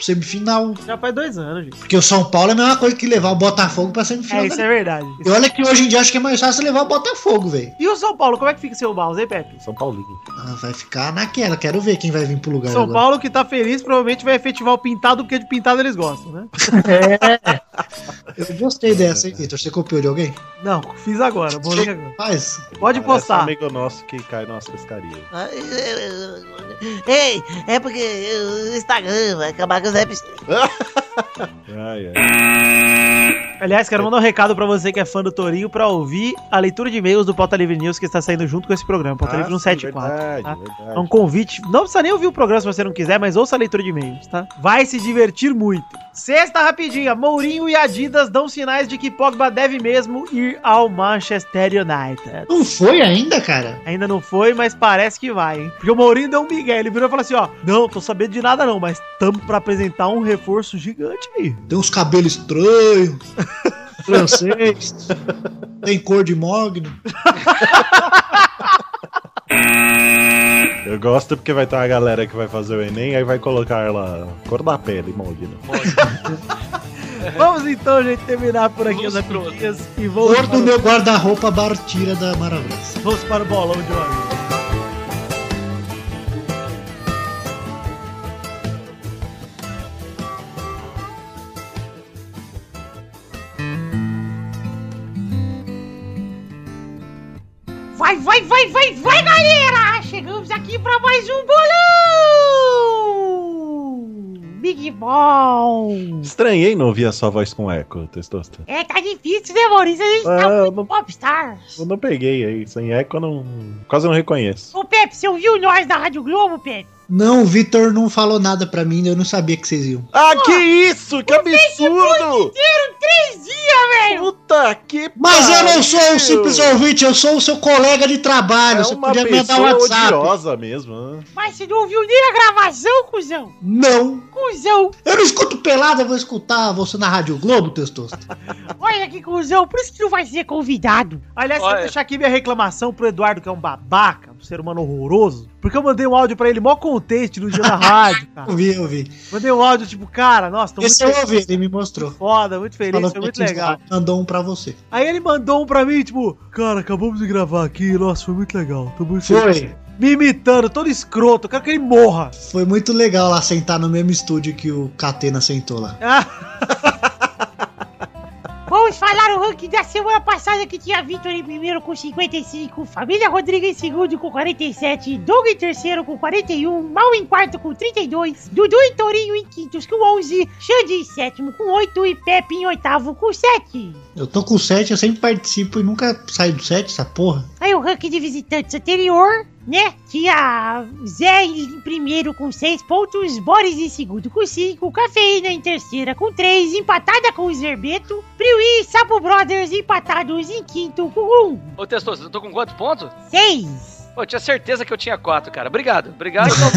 semifinal.
Já faz dois anos, gente.
Porque o São Paulo é a mesma coisa que levar o Botafogo pra semifinal.
É, isso é verdade.
E olha que hoje em dia acho que é mais fácil levar o Botafogo, velho.
E o São Paulo, como é que fica seu Baus, hein, Pepe?
São Paulinho.
Ah, vai ficar naquela. Quero ver quem vai vir pro lugar
São
agora.
Paulo que tá feliz provavelmente vai efetivar o pintado, porque de pintado eles gostam, né?
Eu gostei dessa, hein, Vitor? Você copiou de alguém?
Não, fiz agora, vou ler agora.
Faz.
Pode
Parece um
postar.
amigo nosso que cai nas pescarias.
Ah, eu- eu- eu- Ei, é porque eu- o Instagram é vai acabar com os apps.
Ai, ai.
Aliás, quero mandar um recado pra você que é fã do Torinho pra ouvir a leitura de e-mails do Pauta Livre News que está saindo junto com esse programa, Pauta Livre
Ah, sim,
174.
Verdade,
tá? É
verdade.
um convite. Não precisa nem ouvir o programa se você não quiser, mas ouça a leitura de e-mails, tá? Vai se divertir muito. Sexta rapidinha. Mourinho e Adidas dão sinais de que Pogba deve mesmo ir ao Manchester United.
Não foi ainda, cara?
Ainda não foi, mas parece que vai, hein? Porque o Mourinho deu um migué. Ele virou e falou assim, ó... Não, tô sabendo de nada não, mas tamo pra apresentar um reforço gigante aí.
Tem uns cabelos estranhos. francês. Tem cor de mogno.
Eu gosto porque vai ter uma galera que vai fazer o Enem, aí vai colocar lá cor da pele, né? maldito.
Vamos então, gente, terminar por aqui as
Lustroso.
rapidinhas. E vamos
Cor
para,
do
o-
meu guarda-roupa Bartira da Maravilha.
vamos para o bolão de hoje.
Vai, vai, vai, vai, vai, galera! Chegamos aqui pra mais um bolão! Big Ball!
Estranhei não ouvir a sua voz com eco, testosta.
É, tá difícil, né, Maurício? A gente tá
Ah, eu não,
popstar.
eu não peguei aí. Sem eco eu não. Quase não reconheço.
Ô, Pepe, você ouviu nós da Rádio Globo, Pepe?
Não, o Vitor não falou nada pra mim, eu não sabia que vocês iam.
Ah, que isso! Que absurdo!
Três dias, velho!
Puta que
Mas eu não sou um simples ouvinte, eu sou o seu colega de trabalho.
É
você
uma
podia me mandar um
pessoa
WhatsApp.
odiosa mesmo. né?
Mas você não ouviu nem a gravação, cuzão?
Não.
Cuzão!
Eu não escuto pelada, eu vou escutar você na Rádio Globo, Testosta.
Olha que cuzão, por isso que não vai ser convidado.
Aliás,
Olha.
quero deixar aqui minha reclamação pro Eduardo, que é um babaca, um ser humano horroroso. Porque eu mandei um áudio pra ele mó contente no dia da rádio, cara.
Eu vi, eu vi.
Mandei um áudio, tipo, cara, nossa, tô
Esse eu
muito
ouvi, ele me mostrou.
foda, muito feliz,
Falou
foi
que
muito
tinha
legal.
instalado, Mandou um pra você.
Aí ele mandou um pra mim, tipo, cara, acabamos de gravar aqui, nossa, foi muito legal, tô muito feliz.
Foi.
Me imitando, todo escroto, eu quero que ele morra.
Foi muito legal lá sentar no mesmo estúdio que o Catena sentou lá.
Ah,
Vamos falar o ranking da semana passada que tinha Vitor em primeiro com 55, Família Rodrigues em segundo com 47, Doug em terceiro com 41, Mal em quarto com 32, Dudu e Torinho em quintos com 11, Xande em sétimo com 8 e Pepe em oitavo com 7.
Eu tô com 7, eu sempre participo e nunca saio do 7, essa porra.
Aí o ranking de visitantes anterior, né? Tinha Zé em primeiro com 6 pontos, Boris em segundo com 5, Cafeína em terceira com 3, empatada com o Zerbeto, Priui e Sapo Brothers empatados em quinto com 1.
Ô, Testoso, eu tô com quanto ponto?
6.
Pô, eu tinha certeza que eu tinha quatro, cara. Obrigado, obrigado. Então,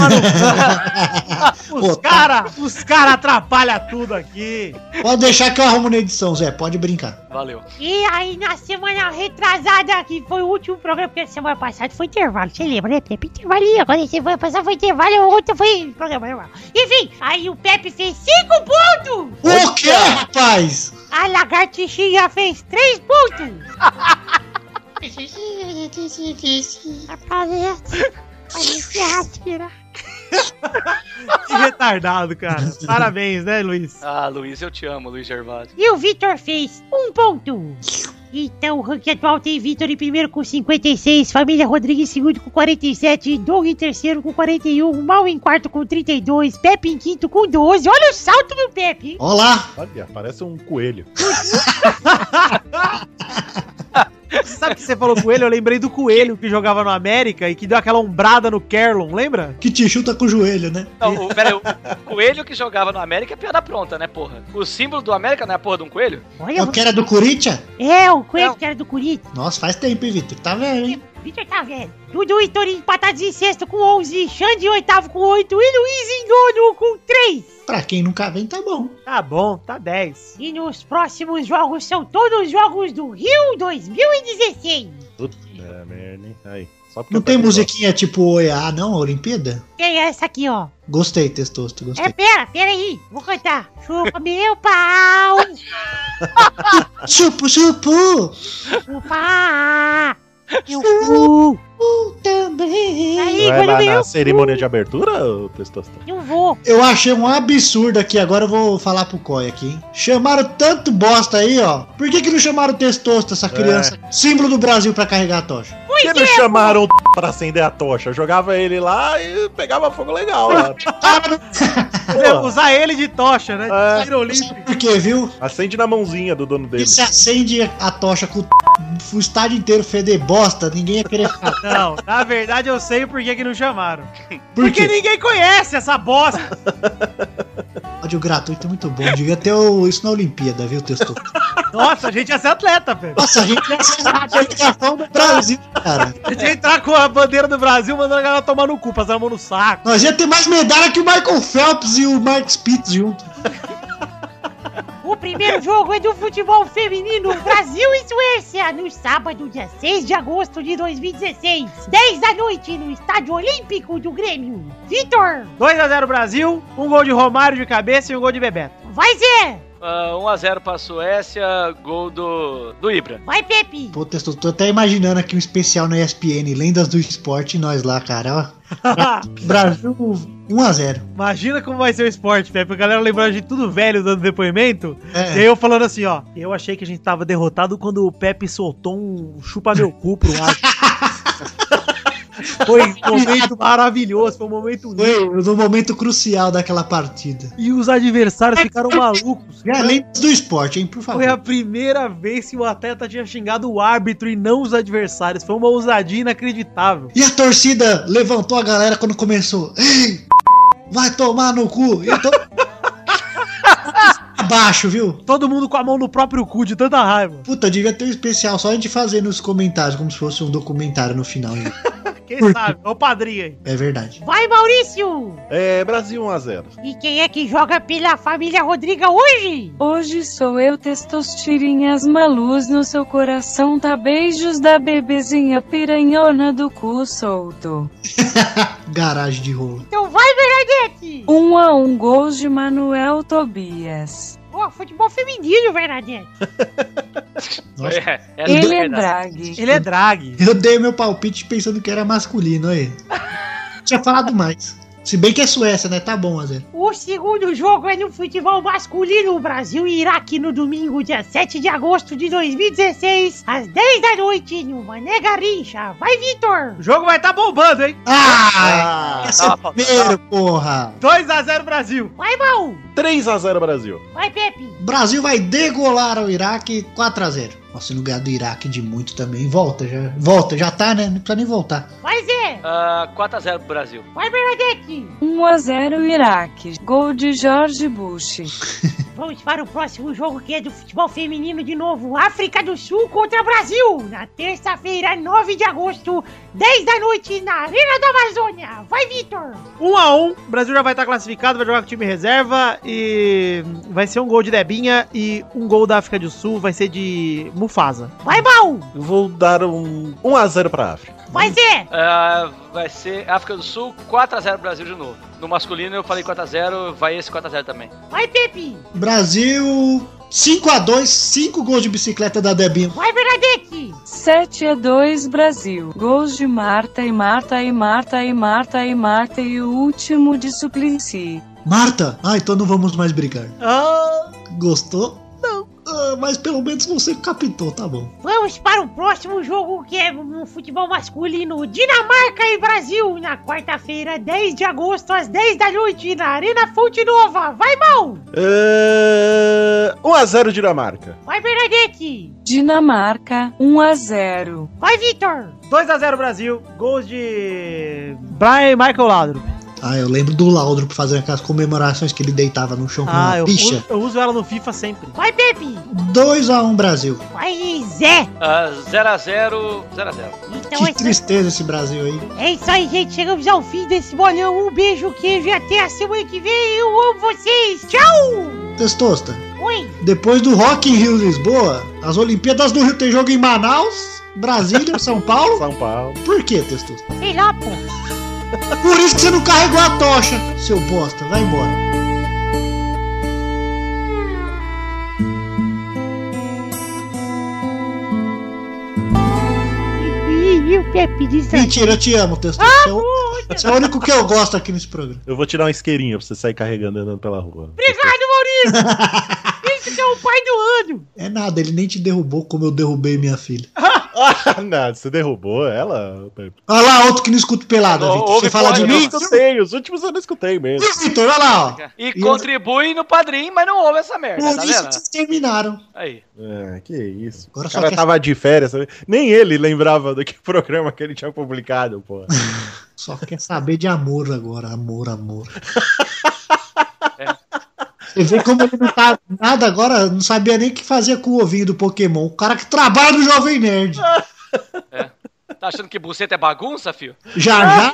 os
tá.
caras, os caras atrapalham tudo aqui.
Pode deixar que eu arrumo na edição, Zé, pode brincar.
Valeu.
E aí na semana retrasada, que foi o último programa, porque semana passada foi intervalo, você lembra, né, Pepe? Intervalinho, agora semana passada foi intervalo, ontem foi programa normal. Enfim, aí o Pepe fez 5 pontos!
O que, rapaz?
A lagartixinha fez três pontos. Aparece. Parece rasteira.
Que retardado, cara. Parabéns, né, Luiz?
Ah, Luiz, eu te amo, Luiz Gervásio.
E o Vitor fez um ponto. Então, o ranking atual tem Vitor em primeiro com 56, Família Rodrigues em segundo com 47, Doug em terceiro com 41, Mal em quarto com 32, Pepe em quinto com 12. Olha o salto do Pepe! hein?
Olá,
Olha, parece um coelho.
Sabe o que você falou coelho? Eu lembrei do coelho que jogava no América e que deu aquela ombrada no Kerlon, lembra?
que te chuta com o joelho, né?
Não, o, pera aí, o coelho que jogava no América é piada pronta, né, porra? O símbolo do América não é a porra de um coelho?
Olha,
É o que era do Corinthians?
é o coelho
Não.
que era do Corinthians.
Nossa, faz tempo, hein, Vitor? Tá velho, hein?
Vitor tá velho. Dudu e Torinho empatados em sexto com 11, Xande em oitavo com 8 e Luiz em nono com 3.
Pra quem nunca vem, tá bom.
Tá bom, tá 10.
E nos próximos jogos são todos jogos do Rio 2016.
Puta É, merda, hein? Aí, só porque
Não
eu
tem
tava-
musiquinha tipo OEA, não? Olimpíada?
Tem essa aqui, ó.
Gostei, Testosto, gostei.
É, pera, pera aí. Vou cantar. Chupa meu pau,
Chupu, chupu!
chupa meu cu.
Uh, também!
Aí,
Vai
quando
lá
meu
é na cerimônia de abertura, ô testosterona?
Não vou.
Eu achei um absurdo aqui, agora eu vou falar pro Coy aqui, hein? Chamaram tanto bosta aí, ó. Por que que não chamaram o Testosto, essa criança? Símbolo do Brasil pra carregar a tocha.
Por que não chamaram o t- pra acender a tocha? Jogava ele lá e pegava fogo legal lá.
Deve
Pô,
usar ele de tocha, né?
É.
De tiro olímpico.
Por quê, viu?
acende na mãozinha do dono dele.
E se acende a tocha com o t... o estádio inteiro feder bosta, ninguém ia querer ficar.
Não, na verdade eu sei por que, que não chamaram.
Por
Porque
quê?
ninguém conhece essa bosta.
Ódio gratuito é muito bom. Devia ter o... isso na Olimpíada, viu, Testosto?
Nossa, a gente ia ser atleta, velho.
Nossa, a gente ia ser a delegação do Brasil, cara.
A gente ia entrar com a bandeira do Brasil mandando a galera tomar no cu, passando a mão no saco.
Nós ia ter mais medalha que o Michael Phelps e o Mark Spitz junto.
O primeiro jogo é do futebol feminino Brasil e Suécia, no sábado, dia 6 de agosto de 2016, 10 da noite, no Estádio Olímpico do Grêmio. Vitor,
2x0 Brasil, um gol de Romário de cabeça e um gol de Bebeto.
vai Zé,
Ah, 1x0 pra Suécia, gol do, do Ibra.
vai Pepe.
Pô, Testoso, tô até imaginando aqui um especial na ESPN, Lendas do Esporte e nós lá, cara. Ó, Brasil 1x0.
Imagina como vai ser o esporte, Pepe. A galera lembrando de tudo velho dando depoimento. E aí
É.
eu falando assim, ó. Eu achei que a gente tava derrotado quando o Pepe soltou um chupa meu cu pro ar. foi um momento maravilhoso, foi um momento lindo.
Foi no momento crucial daquela partida.
E os adversários ficaram malucos.
É, Lendas do Esporte, hein, por favor.
Foi a primeira vez que o atleta tinha xingado o árbitro e não os adversários. Foi uma ousadia inacreditável.
E a torcida levantou a galera quando começou. Ei, vai tomar no cu. E eu tô... Abaixo, viu?
Todo mundo com a mão no próprio cu de tanta raiva.
Puta, devia ter um especial só a gente fazer nos comentários, como se fosse um documentário no final. hein?
Quem
Por-
sabe? Ô padrinho aí.
É verdade.
Vai, Maurício!
É, Brasil 1x0.
E quem é que joga pela família Rodriga hoje?
Hoje sou eu, testostirinhas maluz no seu coração, tá? Beijos da bebezinha piranhona do cu solto.
Garagem de rolo.
Então vai, Bernadette!
Um a um gols de Manuel Tobias.
Pô, futebol feminino, Bernadette.
Nossa.
É, essa
Ele
é
é
verdade.
drag.
Ele é drag.
Eu dei meu palpite pensando que era masculino, aí. Tinha falado mais. Se bem que é Suécia, né? Tá bom, Azé.
O segundo jogo é no futebol masculino Brasil e Iraque no domingo, dia 7 de agosto de 2016, às 10 da noite, no Mané Garrincha. Vai, Vitor!
O jogo vai estar bombando, hein?
Ah!
Ah,
essa é
tava
o
faltando.
primeiro, porra!
2x0 Brasil.
Vai, Mal!
3x0 Brasil.
Vai, Pepe!
O Brasil vai degolar o Iraque 4x0. Nossa, se não ganhar do Iraque de muito também. Volta, já. Volta, já tá, né? Não precisa nem voltar.
Vai, Zé!
Ah, 4x0 pro Brasil.
Vai, Bernadette!
1 a 0 Iraque. Gol de George Bush.
Vamos para o próximo jogo que é do futebol feminino de novo. África do Sul contra Brasil. Na terça-feira, 9 de agosto, 10 da noite, na Arena da Amazônia. Vai, Vitor!
1x1. O Brasil já vai estar classificado, vai jogar com o time reserva. E vai ser um gol de Debinha e um gol da África do Sul vai ser de Mufasa.
Vai, Mal!
Eu Vou dar um 1x0 pra África.
Vai, Zé!
Ah, vai ser África do Sul, 4x0 Brasil de novo. No masculino eu falei 4x0, vai esse 4x0 também.
Vai, Pepe!
Brasil 5x2, 5 gols de bicicleta da Debinho.
Vai, Bernadette!
7 a 2 Brasil. Gols de Marta e Marta e Marta e Marta e Marta e o último de Suplicy.
Marta! Ah, então não vamos mais brigar.
Ah,
Gostou? Não. Ah, mas pelo menos você captou, tá bom.
Vamos para o próximo jogo que é no futebol masculino Dinamarca e Brasil na quarta-feira, 10 de agosto, às 10 da noite, na Arena Fonte Nova. Vai, Mal!
É, 1x0 Dinamarca.
Vai, Bernadette!
Dinamarca, 1 a 0.
Vai, Vitor!
2x0 Brasil. Gols de Brian e Michael Laudrup.
Ah, eu lembro do Laudro por fazer aquelas comemorações que ele deitava no chão com
Ah,
uma
eu
picha.
uso, eu uso ela no FIFA sempre.
Vai, Pepe!
2x1 Brasil.
Vai, Zé!
Ah, 0x0, 0x0.
Então é
Que
isso, aí-
tristeza esse Brasil aí.
é isso aí, gente. Chegamos ao fim desse bolão. Um beijo, queijo e até a semana que vem. Eu amo vocês. Tchau!
Testosta,
Oi!
depois do Rock in Rio Lisboa, as Olimpíadas do Rio tem jogo em Manaus, Brasília, São Paulo.
São Paulo.
Por que, Testosta? É
Sei lá, pô.
Por isso que você não carregou a tocha, seu bosta. Vai embora.
E, e o Pepe disse aí.
Mentira, eu te amo, Testosta. Você é o- Você é o único que eu gosto aqui nesse programa.
Eu vou tirar uma isqueirinha pra você sair carregando andando pela rua.
Obrigado, Maurício! Isso que é o pai do ano!
É nada, ele nem te derrubou como eu derrubei minha filha.
Ah, não, você derrubou ela? Pepe?
Olha lá, outro que não escuta pelada,
Ô,
Vitor.
ouve
Você fala de
fora,
Eu não
mim?
escutei, os últimos eu não escutei mesmo.
Ih, Vitor, olha lá, ó.
E
E
contribui no padrinho, mas não ouve essa merda, tá
Por isso que
vendo?
vocês terminaram.
Aí.
Ah, que isso.
Agora
o
só
cara
quer-
tava de férias. sabe? Nem ele lembrava do que programa que ele tinha publicado, pô.
Só quer saber de amor agora. Amor, amor.
É.
Você vê como ele não tá nada agora, não sabia nem o que fazer com o ovinho do Pokémon. O cara que trabalha no Jovem Nerd.
Tá achando que buceta é bagunça, filho?
Já, já.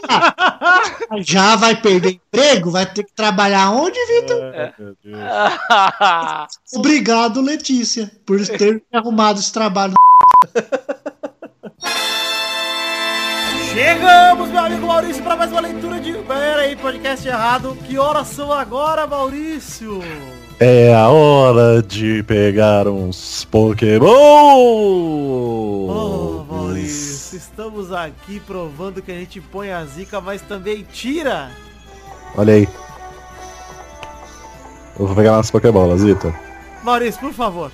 Já vai perder emprego? Vai ter que trabalhar onde, Vitor?
Ai, meu Deus.
Obrigado, Letícia, por ter arrumado esse trabalho.
Chegamos, meu amigo Maurício, para mais uma leitura de. Pera aí, podcast errado. Que horas são agora, Maurício?
É a hora de pegar uns Pokémon!
Ô, Maurício, estamos aqui provando que a gente põe a zica, mas também tira.
Olha aí. Eu vou pegar umas Pokébolas, Vitor.
Maurício, por favor.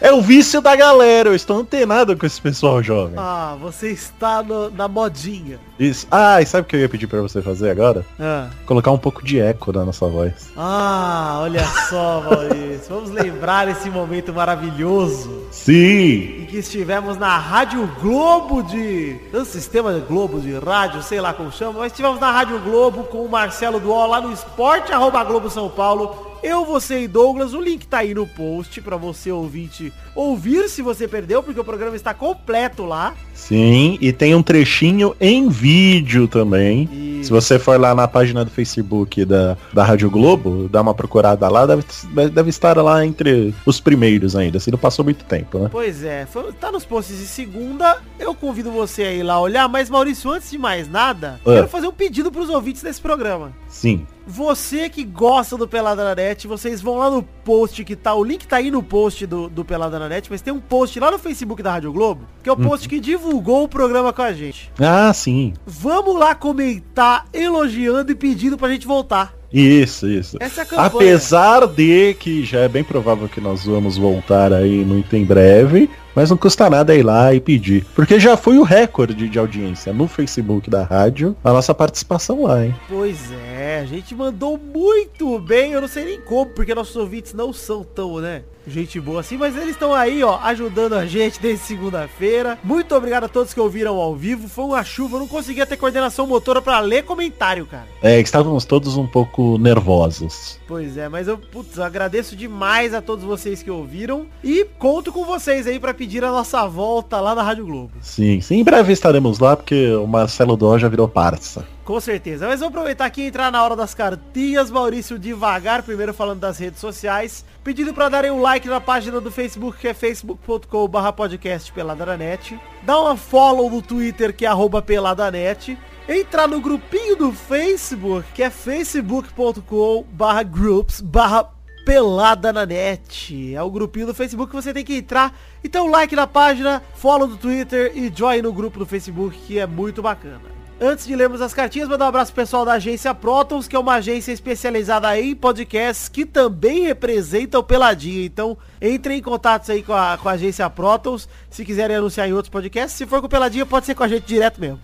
É o vício da galera, eu estou antenado com esse pessoal jovem.
Ah, você está no- na modinha.
Isso. Ah, e sabe o que eu ia pedir pra você fazer agora?
Ah,
Colocar um pouco de eco na nossa voz.
Ah, olha só, Maurício. Vamos lembrar esse momento maravilhoso
Sim!
em que estivemos na Rádio Globo de. No sistema Globo de rádio, sei lá como chama, mas estivemos na Rádio Globo com o Marcelo Duol lá no esporte arroba Globo São Paulo. Eu, você e Douglas, o link tá aí no post pra você ouvinte ouvir se você perdeu, porque o programa está completo lá.
Sim, e tem um trechinho em vídeo também.
E
Se você for lá na página do Facebook da, da Rádio Globo, dá uma procurada lá, deve, deve estar lá entre os primeiros ainda, assim, não passou muito tempo, né?
Pois é, foi- tá nos posts de segunda. Eu convido você aí lá olhar, mas Maurício, antes de mais nada,
Ah.
quero fazer um pedido pros ouvintes desse programa.
Sim.
Você que gosta do Pelada na Net, vocês vão lá no post que tá. O link tá aí no post do, do Pelada na Net, mas tem um post lá no Facebook da Rádio Globo, que é o
Uhum.
post que divulgou o programa com a gente.
Ah, sim.
Vamos lá comentar, elogiando e pedindo pra gente voltar.
Isso, isso.
Essa é a campanha.
Apesar de que já é bem provável que nós vamos voltar aí muito em breve, mas não custa nada ir lá e pedir. Porque já foi o recorde de audiência no Facebook da rádio, a nossa participação lá, hein?
Pois é, a gente mandou muito bem, eu não sei nem como, porque nossos ouvintes não são tão, né, gente boa assim, mas eles estão aí, ó, ajudando a gente desde segunda-feira. Muito obrigado a todos que ouviram ao vivo, foi uma chuva, eu não conseguia ter coordenação motora pra ler comentário, cara.
É, estávamos todos um pouco nervosos.
Pois é, mas eu, putz, eu agradeço demais a todos vocês que ouviram e conto com vocês aí pra pedir a nossa volta lá na Rádio Globo.
Sim, sim, em breve estaremos lá porque o Marcelo Dó já virou parça.
Com certeza. Mas vamos aproveitar aqui e entrar na hora das cartinhas. Maurício devagar, primeiro falando das redes sociais. Pedindo pra darem um like na página do Facebook, que é facebook.com.br podcast Peladranet. Dá uma follow no Twitter, que é arroba peladanet. Entrar no grupinho do Facebook, que é facebook.com barra groups barra Pelada na Net. É o grupinho do Facebook que você tem que entrar. Então, like na página, follow no Twitter e join no grupo do Facebook, que é muito bacana. Antes de lermos as cartinhas, mandar um abraço pro pessoal da agência Protons, que é uma agência especializada em podcasts que também representa o Peladinha. Então, entrem em contato aí com a, com a agência Protons, se quiserem anunciar em outros podcasts. Se for com o Peladinha, pode ser com a gente direto mesmo.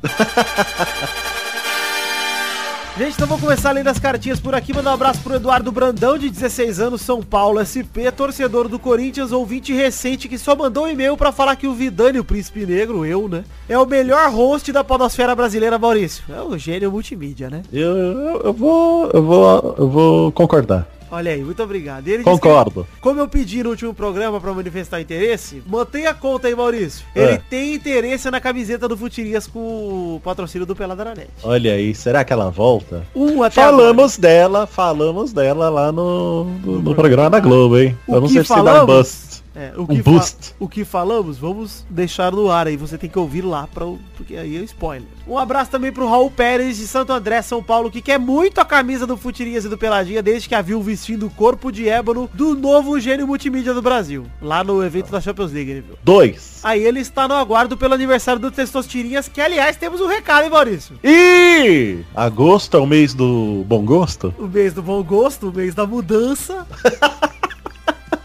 Gente, então vamos começar além das cartinhas por aqui. Mandar um abraço pro Eduardo Brandão, de 16 anos, São Paulo, SP, torcedor do Corinthians, ouvinte recente que só mandou um e-mail pra falar que o Vidani, o príncipe negro, eu, né? É o melhor host da podosfera brasileira, Maurício. É um gênio multimídia, né?
Eu, eu, eu vou. Eu vou. Eu vou concordar.
Olha aí, muito obrigado. E ele disse que-
Concordo.
como eu pedi no último programa pra manifestar interesse, mantenha a conta aí, Maurício. Ele
É.
tem interesse na camiseta do Futirias com o patrocínio do Peladranet.
Olha aí, será que ela volta?
Um até agora.
Falamos dela, falamos dela lá no, no, no programa da Globo, hein?
O
Vamos
que
ver se dá um
falamos?
bust.
É, o
Um
que fa-
boost.
o que falamos, vamos deixar no ar aí. Você tem que ouvir lá, pra, o- porque aí é spoiler. Um abraço também pro Raul Pérez de Santo André, São Paulo, que quer muito a camisa do Futirias e do Peladinha desde que a viu vestindo o corpo de ébano do novo gênio multimídia do Brasil. Lá no evento da Champions League, ele viu.
Dois.
Aí ele está no aguardo pelo aniversário do Testostirinhas, que aliás temos um recado, hein, Maurício?
E agosto é o mês do bom gosto?
O mês do bom gosto, o mês da mudança.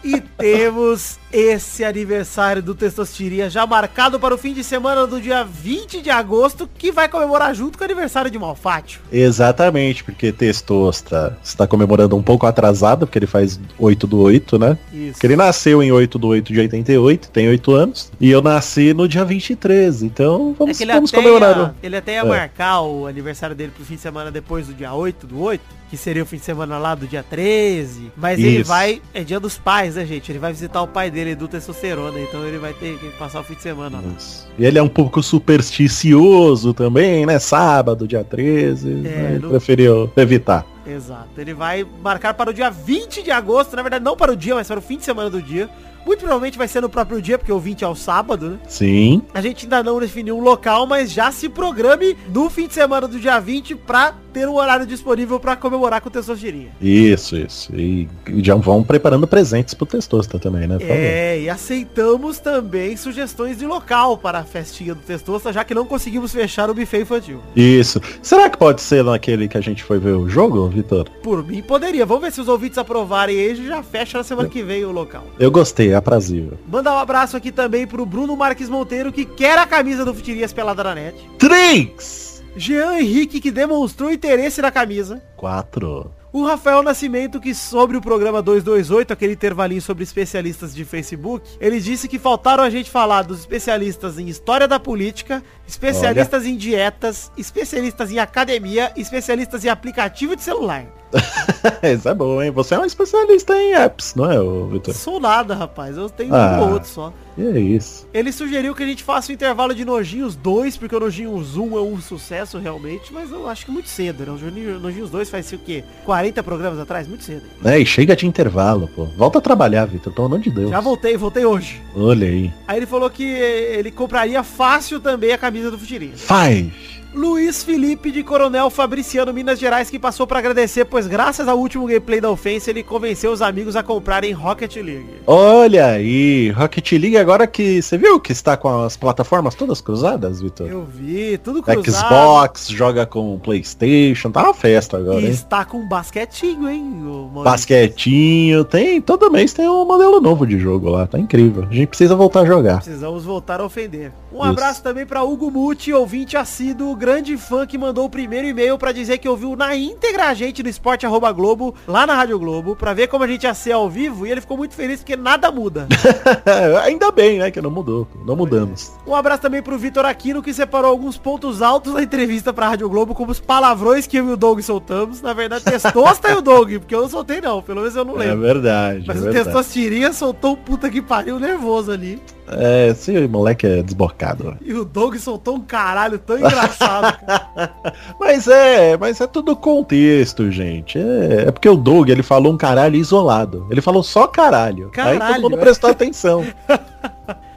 e temos esse aniversário do Testosteria já marcado para o fim de semana do dia 20 de agosto, que vai comemorar junto com o aniversário de Malfátio.
Exatamente, porque Testosta está comemorando um pouco atrasado, porque ele faz 8 do 8, né?
Isso.
Porque ele nasceu em 8 do 8 de 88, tem 8 anos, e eu nasci no dia 23, então
É
vamos,
que ele
vamos
até,
comemorar.
ia,
né?
ele até ia
É.
marcar o aniversário dele pro fim de semana depois do dia 8 do 8, que seria o fim de semana lá do dia 13. Mas ele
Isso.
vai. É dia dos pais, né, gente? Ele vai visitar o pai dele do Testosterona, então ele vai ter que passar o fim de semana lá.
Isso. E ele é um pouco supersticioso também, né? Sábado, dia
É,
13, né? ele
não-
preferiu evitar.
Exato. Ele vai marcar para o dia 20 de agosto, na verdade não para o dia, mas para o fim de semana do dia. Muito provavelmente vai ser no próprio dia, porque o 20 é o sábado, né?
Sim.
A gente ainda não definiu um local, mas já se programe no fim de semana do dia 20 para ter um horário disponível para comemorar com o Testosterinha.
Isso, isso. E já vão preparando presentes pro Testosta também, né? Por favor.
É, e aceitamos também sugestões de local para a festinha do Testosta, já que não conseguimos fechar o buffet infantil.
Isso. Será que pode ser naquele que a gente foi ver o jogo, Vitor?
Por mim, poderia. Vamos ver se os ouvintes aprovarem e a gente já fecha na semana que vem o local.
Eu gostei, é aprazível.
Mandar um abraço aqui também pro Bruno Marques Monteiro, que quer a camisa do Futirias pelada na net.
Trix!
Jean Henrique, que demonstrou interesse na camisa.
Quatro.
O Rafael Nascimento, que sobre o programa 228, aquele intervalinho sobre especialistas de Facebook, ele disse que faltaram a gente falar dos especialistas em história da política, especialistas em dietas, especialistas em academia, especialistas em aplicativo de celular.
Isso é bom, hein? Você é um especialista em apps, não é, ô, Vitor?
Sou nada, rapaz. Eu tenho
Ah.
um ou outro só.
E é isso.
Ele sugeriu que a gente faça o intervalo de Nojinhos 2, porque o Nojinhos 1 é um sucesso realmente, mas eu acho que muito cedo, né? O Nojinho- Nojinhos 2 faz o quê? 40 programas atrás? Muito cedo. hein?
É, e chega de intervalo, pô. Volta a trabalhar, Vitor, pelo amor de Deus.
Já voltei, voltei hoje.
Olha aí.
Aí ele falou que ele compraria fácil também a camisa do Futirinha.
Five.
Luiz Felipe de Coronel Fabriciano, Minas Gerais, que passou pra agradecer, pois graças ao último gameplay da ofensa, ele convenceu os amigos a comprarem Rocket League.
Olha aí. Rocket League agora que... Você viu que está com as plataformas todas cruzadas, Vitor?
Eu vi, tudo cruzado.
Xbox, joga com Playstation, tá uma festa agora,
E
hein?
está com um basquetinho, hein, ô, Maurício?
Basquetinho, tem. Todo mês tem um modelo novo de jogo lá, tá incrível. A gente precisa voltar a jogar.
Precisamos voltar a ofender. Um
Isso.
abraço também pra Hugo Muti, ouvinte assíduo, grande fã que mandou o primeiro e-mail pra dizer que ouviu na íntegra a gente no Esporte Arroba Globo, lá na Rádio Globo, pra ver como a gente ia ser ao vivo, e ele ficou muito feliz porque nada muda.
Ainda bem, né, que não mudou. Não mudamos.
Um abraço também pro Vitor Aquino, que separou alguns pontos altos da entrevista pra Rádio Globo, como os palavrões que eu e o Doug soltamos. Na verdade, testosta e o Doug, porque eu não soltei não, pelo menos eu não
É
lembro.
verdade,
Mas
é
o
verdade.
Testostirinha soltou um puta que pariu nervoso ali.
É, esse moleque é desbocado.
E o Doug soltou um caralho tão engraçado. cara.
Mas é, mas é tudo contexto, gente. É, é porque o Doug, ele falou um caralho isolado. Ele falou só caralho. aí
Caralho,
todo mundo
é.
prestou atenção.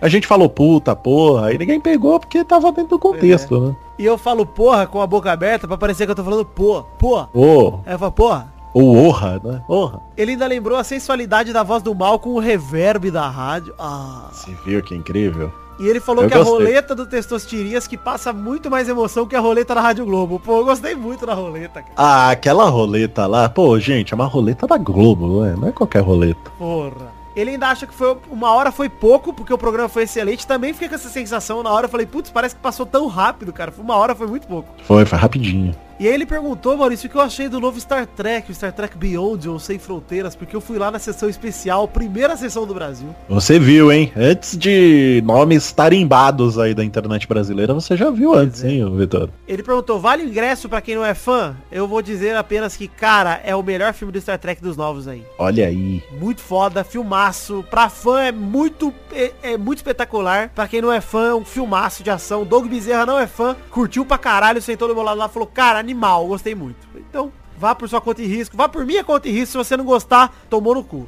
A gente falou puta, porra, aí ninguém pegou porque tava dentro do contexto, né?
e eu falo porra com a boca aberta pra parecer que eu tô falando pô, pô.
Ô,
Aí eu falo, porra.
ou orra, né? Orra.
Ele ainda lembrou a sensualidade da voz do mal com o reverb da rádio. Ah.
Você viu que incrível?
E ele falou
Eu
que a
gostei.
roleta do Testostirias que passa muito mais emoção que a roleta da Rádio Globo. Pô, eu gostei muito da roleta, cara.
Ah, aquela roleta lá, pô, gente, é uma roleta da Globo, né? não é qualquer roleta.
Porra. Ele ainda acha que foi uma hora foi pouco, porque o programa foi excelente. Também fiquei com essa sensação na hora. Eu falei, putz, parece que passou tão rápido, cara. Uma hora foi muito pouco.
Foi, foi rapidinho.
E aí ele perguntou, Maurício, o que eu achei do novo Star Trek, o Star Trek Beyond ou Sem Fronteiras, porque eu fui lá na sessão especial, primeira sessão do Brasil.
Você viu, hein? Antes de nomes tarimbados aí da internet brasileira, você já viu antes,
é.
hein, ô, Vitor?
Ele perguntou, vale o ingresso pra quem não é fã? Eu vou dizer apenas que, cara, é o melhor filme do Star Trek dos novos aí.
Olha aí.
Muito foda, filmaço. Pra fã é muito, é, é muito espetacular. Pra quem não é fã, é um filmaço de ação. Doug Bezerra não é fã, curtiu pra caralho, sentou do meu lado lá e falou, cara, animal, gostei muito. Então, vá por sua conta e risco. Vá por minha conta e risco. Se você não gostar, tomou no cu.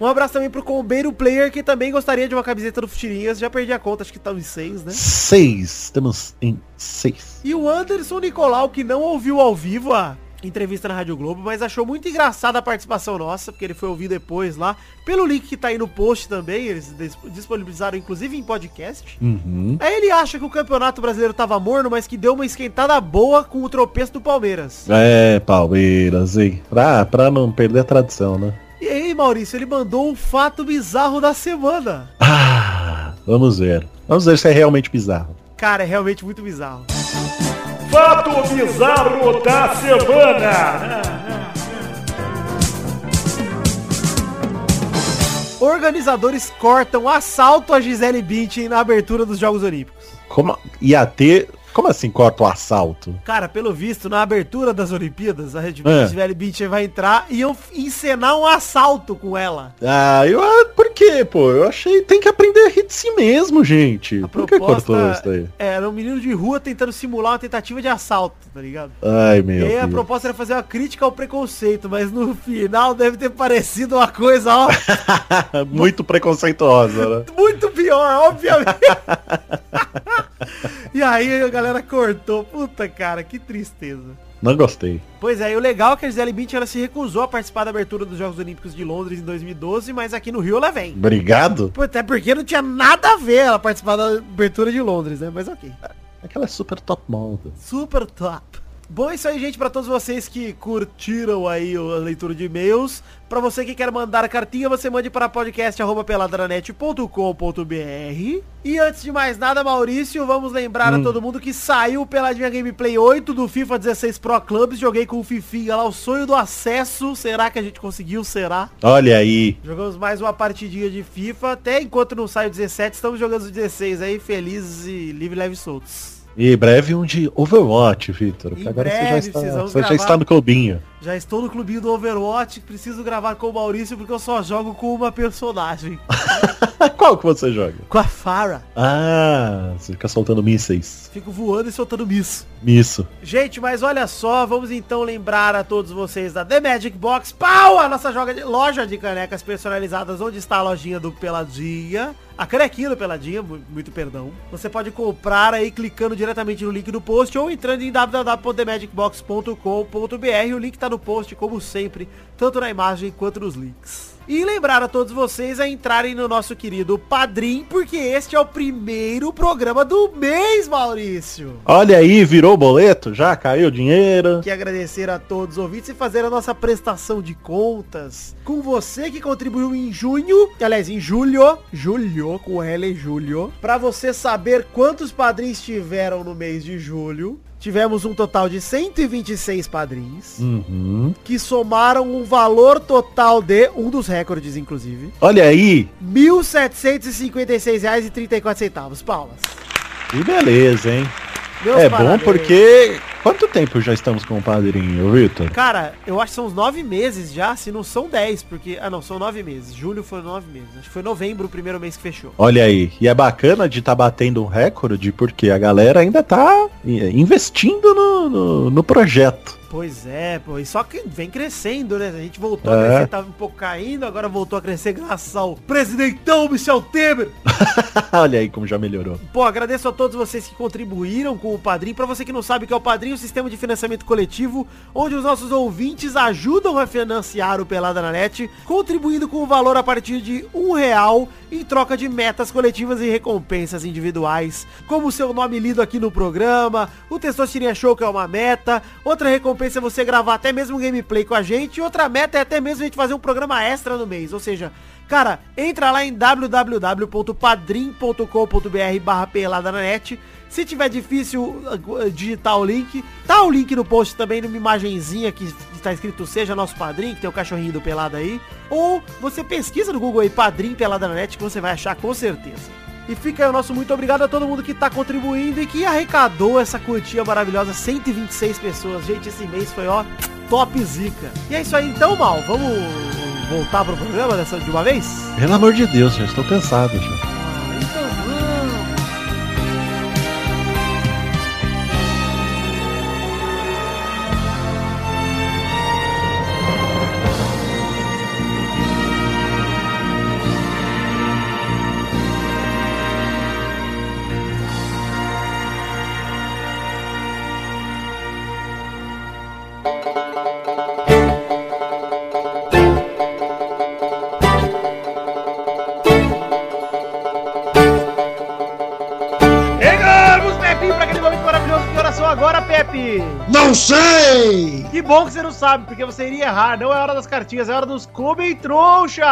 um abraço também pro Combeiro Player, que também gostaria de uma camiseta do Futirinhas. Já perdi a conta, acho que tá nos seis, né?
Seis. Estamos em seis.
E o Anderson Nicolau, que não ouviu ao vivo a entrevista na Rádio Globo, mas achou muito engraçada a participação nossa, porque ele foi ouvir depois lá, pelo link que tá aí no post também, eles dis- disponibilizaram inclusive em podcast.
Uhum.
Aí ele acha que o Campeonato Brasileiro tava morno, mas que deu uma esquentada boa com o tropeço do Palmeiras.
É, Palmeiras, hein? Pra, pra não perder a tradição, né?
E aí, Maurício, ele mandou um fato bizarro da semana.
Ah, vamos ver. Vamos ver se é realmente bizarro.
Cara, é realmente muito bizarro.
Fato bizarro da semana.
Organizadores cortam assalto a Gisele Bündchen na abertura dos Jogos Olímpicos.
Como ia ter... Como assim corta o assalto?
Cara, pelo visto, na abertura das Olimpíadas, a Red Bull
É.
Gisele Bündchen vai entrar e eu encenar um assalto com ela.
Ah, eu, ah, por quê, pô? Eu achei tem que aprender a rir de si mesmo, gente.
A
Por que
proposta-
cortou isso daí?
É, Era um menino de rua tentando simular uma tentativa de assalto, tá ligado?
Ai,
E
meu
aí É, a
Deus.
proposta era fazer uma crítica ao preconceito, mas no final deve ter parecido uma coisa, ó,
Muito preconceituosa, né?
muito pior, obviamente. e aí a galera cortou. Puta, cara, que tristeza.
Não gostei.
Pois é, e o legal é que a Gisele Bündchen ela se recusou a participar da abertura dos Jogos Olímpicos de Londres em 2012, mas aqui no Rio ela vem.
Obrigado?
Pô, Até porque não tinha nada a ver ela participar da abertura de Londres, né? Mas ok.
Aquela é super top model.
Super top. Bom, é isso aí, gente, pra todos vocês que curtiram aí o- a leitura de e-mails. Pra você que quer mandar cartinha, você mande para podcast@peladranet.com.br. E antes de mais nada, Maurício, vamos lembrar a todo mundo que saiu Peladinha Gameplay 8 do FIFA 16 Pro Clubs. Joguei com o Fifinha lá, o sonho do acesso. Será que a gente conseguiu? Será?
Olha aí.
Jogamos mais uma partidinha de FIFA. Até enquanto não sai o 17, estamos jogando o 16 aí, felizes e livre, leve e soltos.
E breve um de Overwatch, Vitor.
Em
Porque agora você já
breve,
está,
precisamos
você já
gravar.
está no clubinho.
Já estou no clubinho do Overwatch, preciso gravar com o Maurício porque eu só jogo com uma personagem.
Ah, Qual que você joga?
Com a Farah.
Ah, você fica soltando mísseis.
Fico voando e soltando miss.
Isso.
Gente, mas olha só, vamos então lembrar a todos vocês da The Magic Box. Pau! A nossa joga de- loja de canecas personalizadas, onde está a lojinha do Peladinha. A canequinha do Peladinha, mu- muito perdão. Você pode comprar aí clicando diretamente no link do post ou entrando em www.themagicbox.com.br. O link tá no post, como sempre, tanto na imagem quanto nos links. E lembrar a todos vocês a entrarem no nosso querido Padrim, porque este é o primeiro programa do mês, Maurício.
Olha aí, virou o boleto? Já caiu o dinheiro?
que agradecer a todos os ouvintes e fazer a nossa prestação de contas com você que contribuiu em junho, que, aliás, em julho, julho, com L, julho, pra você saber quantos padrinhos tiveram no mês de julho. Tivemos um total de 126 padrinhos,
Uhum.
que somaram um valor total de, um dos recordes, inclusive,
Olha aí,
R$ 1.756,34. Palmas.
que beleza, hein?
Meus
é bom
parabéns.
porque... Quanto tempo já estamos com o padrinho, Vitor?
Cara, eu acho que são uns nove meses já, se não são dez, porque... Ah, não, são nove meses. Julho foi nove meses. Acho que foi novembro o primeiro mês que fechou.
Olha aí, e é bacana de estar batendo um recorde porque a galera ainda tá eh, investindo no, no, no projeto.
Pois é, pô. E só que vem crescendo, né? A gente voltou a
É.
crescer, tava um pouco caindo, agora voltou a crescer graças ao presidentão Michel Temer.
Olha aí como já melhorou.
Pô, agradeço a todos vocês que contribuíram com o Padrim. Pra você que não sabe o que é o Padrim, o sistema de financiamento coletivo, onde os nossos ouvintes ajudam a financiar o Pelada na Net, contribuindo com o valor a partir de um real em troca de metas coletivas e recompensas individuais, como o seu nome lido aqui no programa, o Testosterinha Show, que é uma meta, outra recompensa é você gravar até mesmo um gameplay com a gente, e outra meta é até mesmo a gente fazer um programa extra no mês, ou seja, Cara, entra lá em www.padrim.com.br barra pelada na net. Se tiver difícil eh, digitar o link, tá o link no post também, numa imagenzinha que está escrito Seja Nosso Padrim, que tem o cachorrinho do Pelada aí. Ou você pesquisa no Google aí, Padrim Pelada na net, que você vai achar com certeza. E fica aí o nosso muito obrigado a todo mundo que tá contribuindo e que arrecadou essa quantia maravilhosa, 126 pessoas. Gente, esse mês foi, ó, top zica. E é isso aí então, Mal. Vamos voltar pro programa dessa de uma vez?
Pelo amor de Deus, já estou cansado já.
Então vamos.
Chegamos, Pepinho, pra aquele momento maravilhoso que oração agora, Pepe!
Não sei!
Que bom que você não sabe, porque você iria errar. Não é hora das cartinhas, é hora dos Comentrouxas!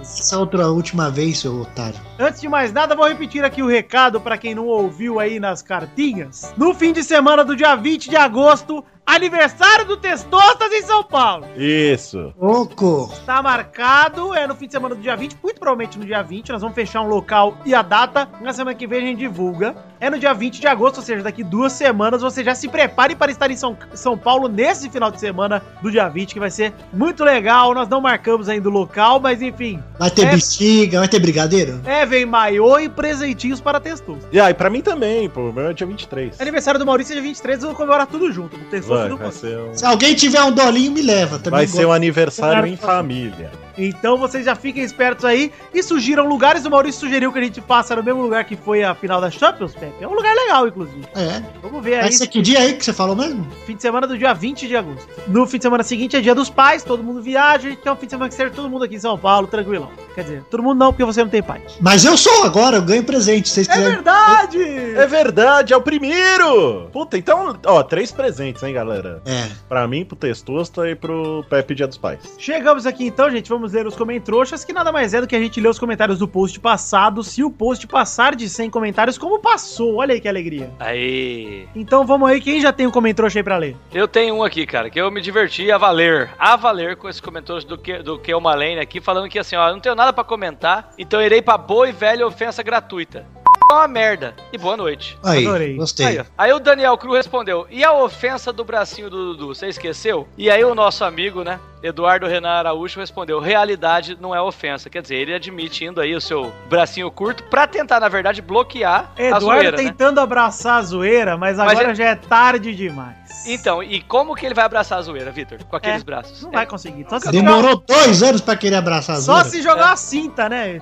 Essa outra última vez, seu otário.
Antes de mais nada, vou repetir aqui o recado pra quem não ouviu aí nas cartinhas. No fim de semana do dia 20 de agosto, aniversário do Testostas em São Paulo.
Isso.
Oco!
Tá marcado, é no fim de semana do dia 20, muito provavelmente no dia 20, nós vamos fechar um local e a data, na semana que vem a gente divulga. É no dia 20 de agosto, ou seja, daqui duas semanas, você já se prepare para estar em São, São Paulo nesse final de semana do dia 20, que vai ser muito legal. Nós não marcamos ainda o local, mas enfim,
Vai ter
É.
bexiga, vai ter brigadeiro?
é, vem maiô e presentinhos para testou.
E aí, pra mim também, pô, o meu é dia 23.
Aniversário do Maurício é dia 23, eu vou comemorar tudo junto, com testou
Vai,
tudo
vai
quanto.
ser um,
Se alguém tiver um dolinho, me leva. Também
vai ser um
gosto.
aniversário em família.
Então vocês já fiquem espertos aí e sugiram lugares. O Maurício sugeriu que a gente faça no mesmo lugar que foi a final da Champions, Pepe. É um lugar legal, inclusive.
É.
Vamos ver aí.
Vai ser que dia aí que você falou mesmo?
Fim de semana do dia 20 de agosto. No fim de semana seguinte é dia dos pais, todo mundo viaja. Então, fim de semana que serve todo mundo aqui em São Paulo, tranquilão. Quer dizer, todo mundo não, porque você não tem pai.
Mas eu sou agora, eu ganho presente. se Vocês
É
quiserem.
verdade!
É verdade, é o primeiro! Puta, então, ó, três presentes, hein, galera?
É.
Pra mim, pro Testosta e pro Pepe Dia dos Pais.
Chegamos aqui então, gente. Vamos ler os comentroxas, que nada mais é do que a gente ler os comentários do post passado. Se o post passar de 100 comentários, como passou? Olha aí que alegria.
Aí.
Então vamos aí, quem já tem o comentroxa aí pra ler?
Eu tenho um aqui, cara, que eu me diverti a valer, a valer com esses comentários do que do que uma lane aqui falando que assim, ó, eu não tenho nada pra comentar, então eu irei pra boa e velha ofensa gratuita. é uma merda. E boa noite.
Aí,
Adorei.
gostei.
Aí, ó. Aí o Daniel Cru respondeu: E a ofensa do bracinho do Dudu, você esqueceu? E aí o nosso amigo, né, Eduardo Renan Araújo, respondeu: Realidade não é ofensa. Quer dizer, ele admitindo aí o seu bracinho curto pra tentar, na verdade, bloquear a
Eduardo
zoeira, né?
tentando abraçar a zoeira, mas
Mas
agora
é-
já é tarde demais.
Então, e como que ele vai abraçar a zoeira, Vitor? Com aqueles
É,
braços?
Não vai conseguir. Só se jogar,
Demorou dois anos pra querer abraçar a
só
Zora.
se jogar a cinta, né?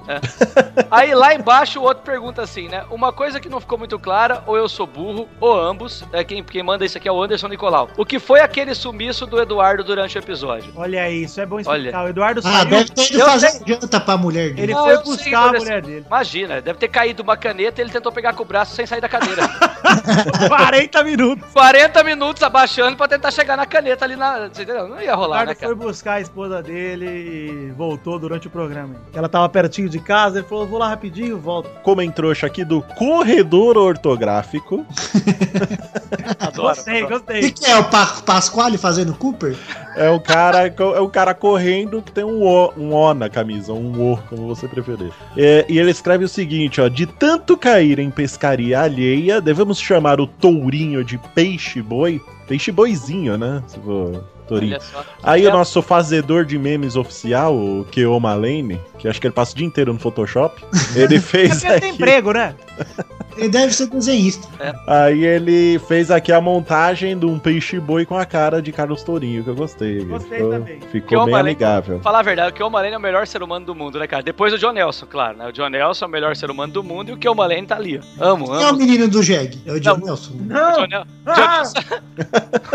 Aí lá embaixo o outro pergunta assim, né? Uma coisa que não ficou muito clara, ou eu sou burro, ou ambos. É, quem, quem manda isso aqui é o Anderson Nicolau. O que foi aquele sumiço do Eduardo durante o episódio?
Olha aí, isso é bom explicar.
Olha.
O Eduardo
Ah,
saiu,
deve ter ido
Eu
fazer janta pra mulher dele.
ele
Ah,
foi
eu sei
buscar a
quando é-
mulher dele.
Imagina, deve ter caído uma caneta e ele tentou pegar com o braço sem sair da cadeira.
40 minutos.
40 minutos abaixando pra tentar chegar na caneta ali na. Você entendeu? Não ia
O
rolar, né,
Eduardo foi
cara?
buscar a esposa dele e voltou durante o programa. Ela tava pertinho de casa, ele falou, vou lá rapidinho, volto.
Como trouxa aqui do corredor ortográfico.
Adoro.
Gostei,
O que,
gostei.
que é o pa Pasquale fazendo Cooper?
É o cara, co- é o cara correndo que tem um o, um o na camisa, um o, como você preferir. É, e ele escreve o seguinte, ó: de tanto cair em pescaria alheia, devemos chamar o tourinho de peixe boi, peixe boizinho, né? Se for tourinho.
Olha só.
Aí
É.
o nosso fazedor de memes oficial, o Keoma Lane, que acho que ele passa o dia inteiro no Photoshop, ele
É
fez
porque ele tem
aqui,
emprego, né?
Ele deve ser desenhista.
aí ele fez aqui a montagem de um peixe boi com a cara de Carlos Tourinho, que eu gostei.
Gostei
ficou,
também.
Ficou
Keoma
bem
Lane.
amigável.
Falar a verdade, o Kiomalene é o melhor ser humano do mundo, né, cara? Depois do John Nelson, claro, né? O John Nelson é o melhor ser humano do mundo e o Kiomalene tá ali. ó. Amo,
Quem é o
amo.
menino do Jeg? É o John
Não.
Nelson.
O
Não!
John Nelson.
Ah,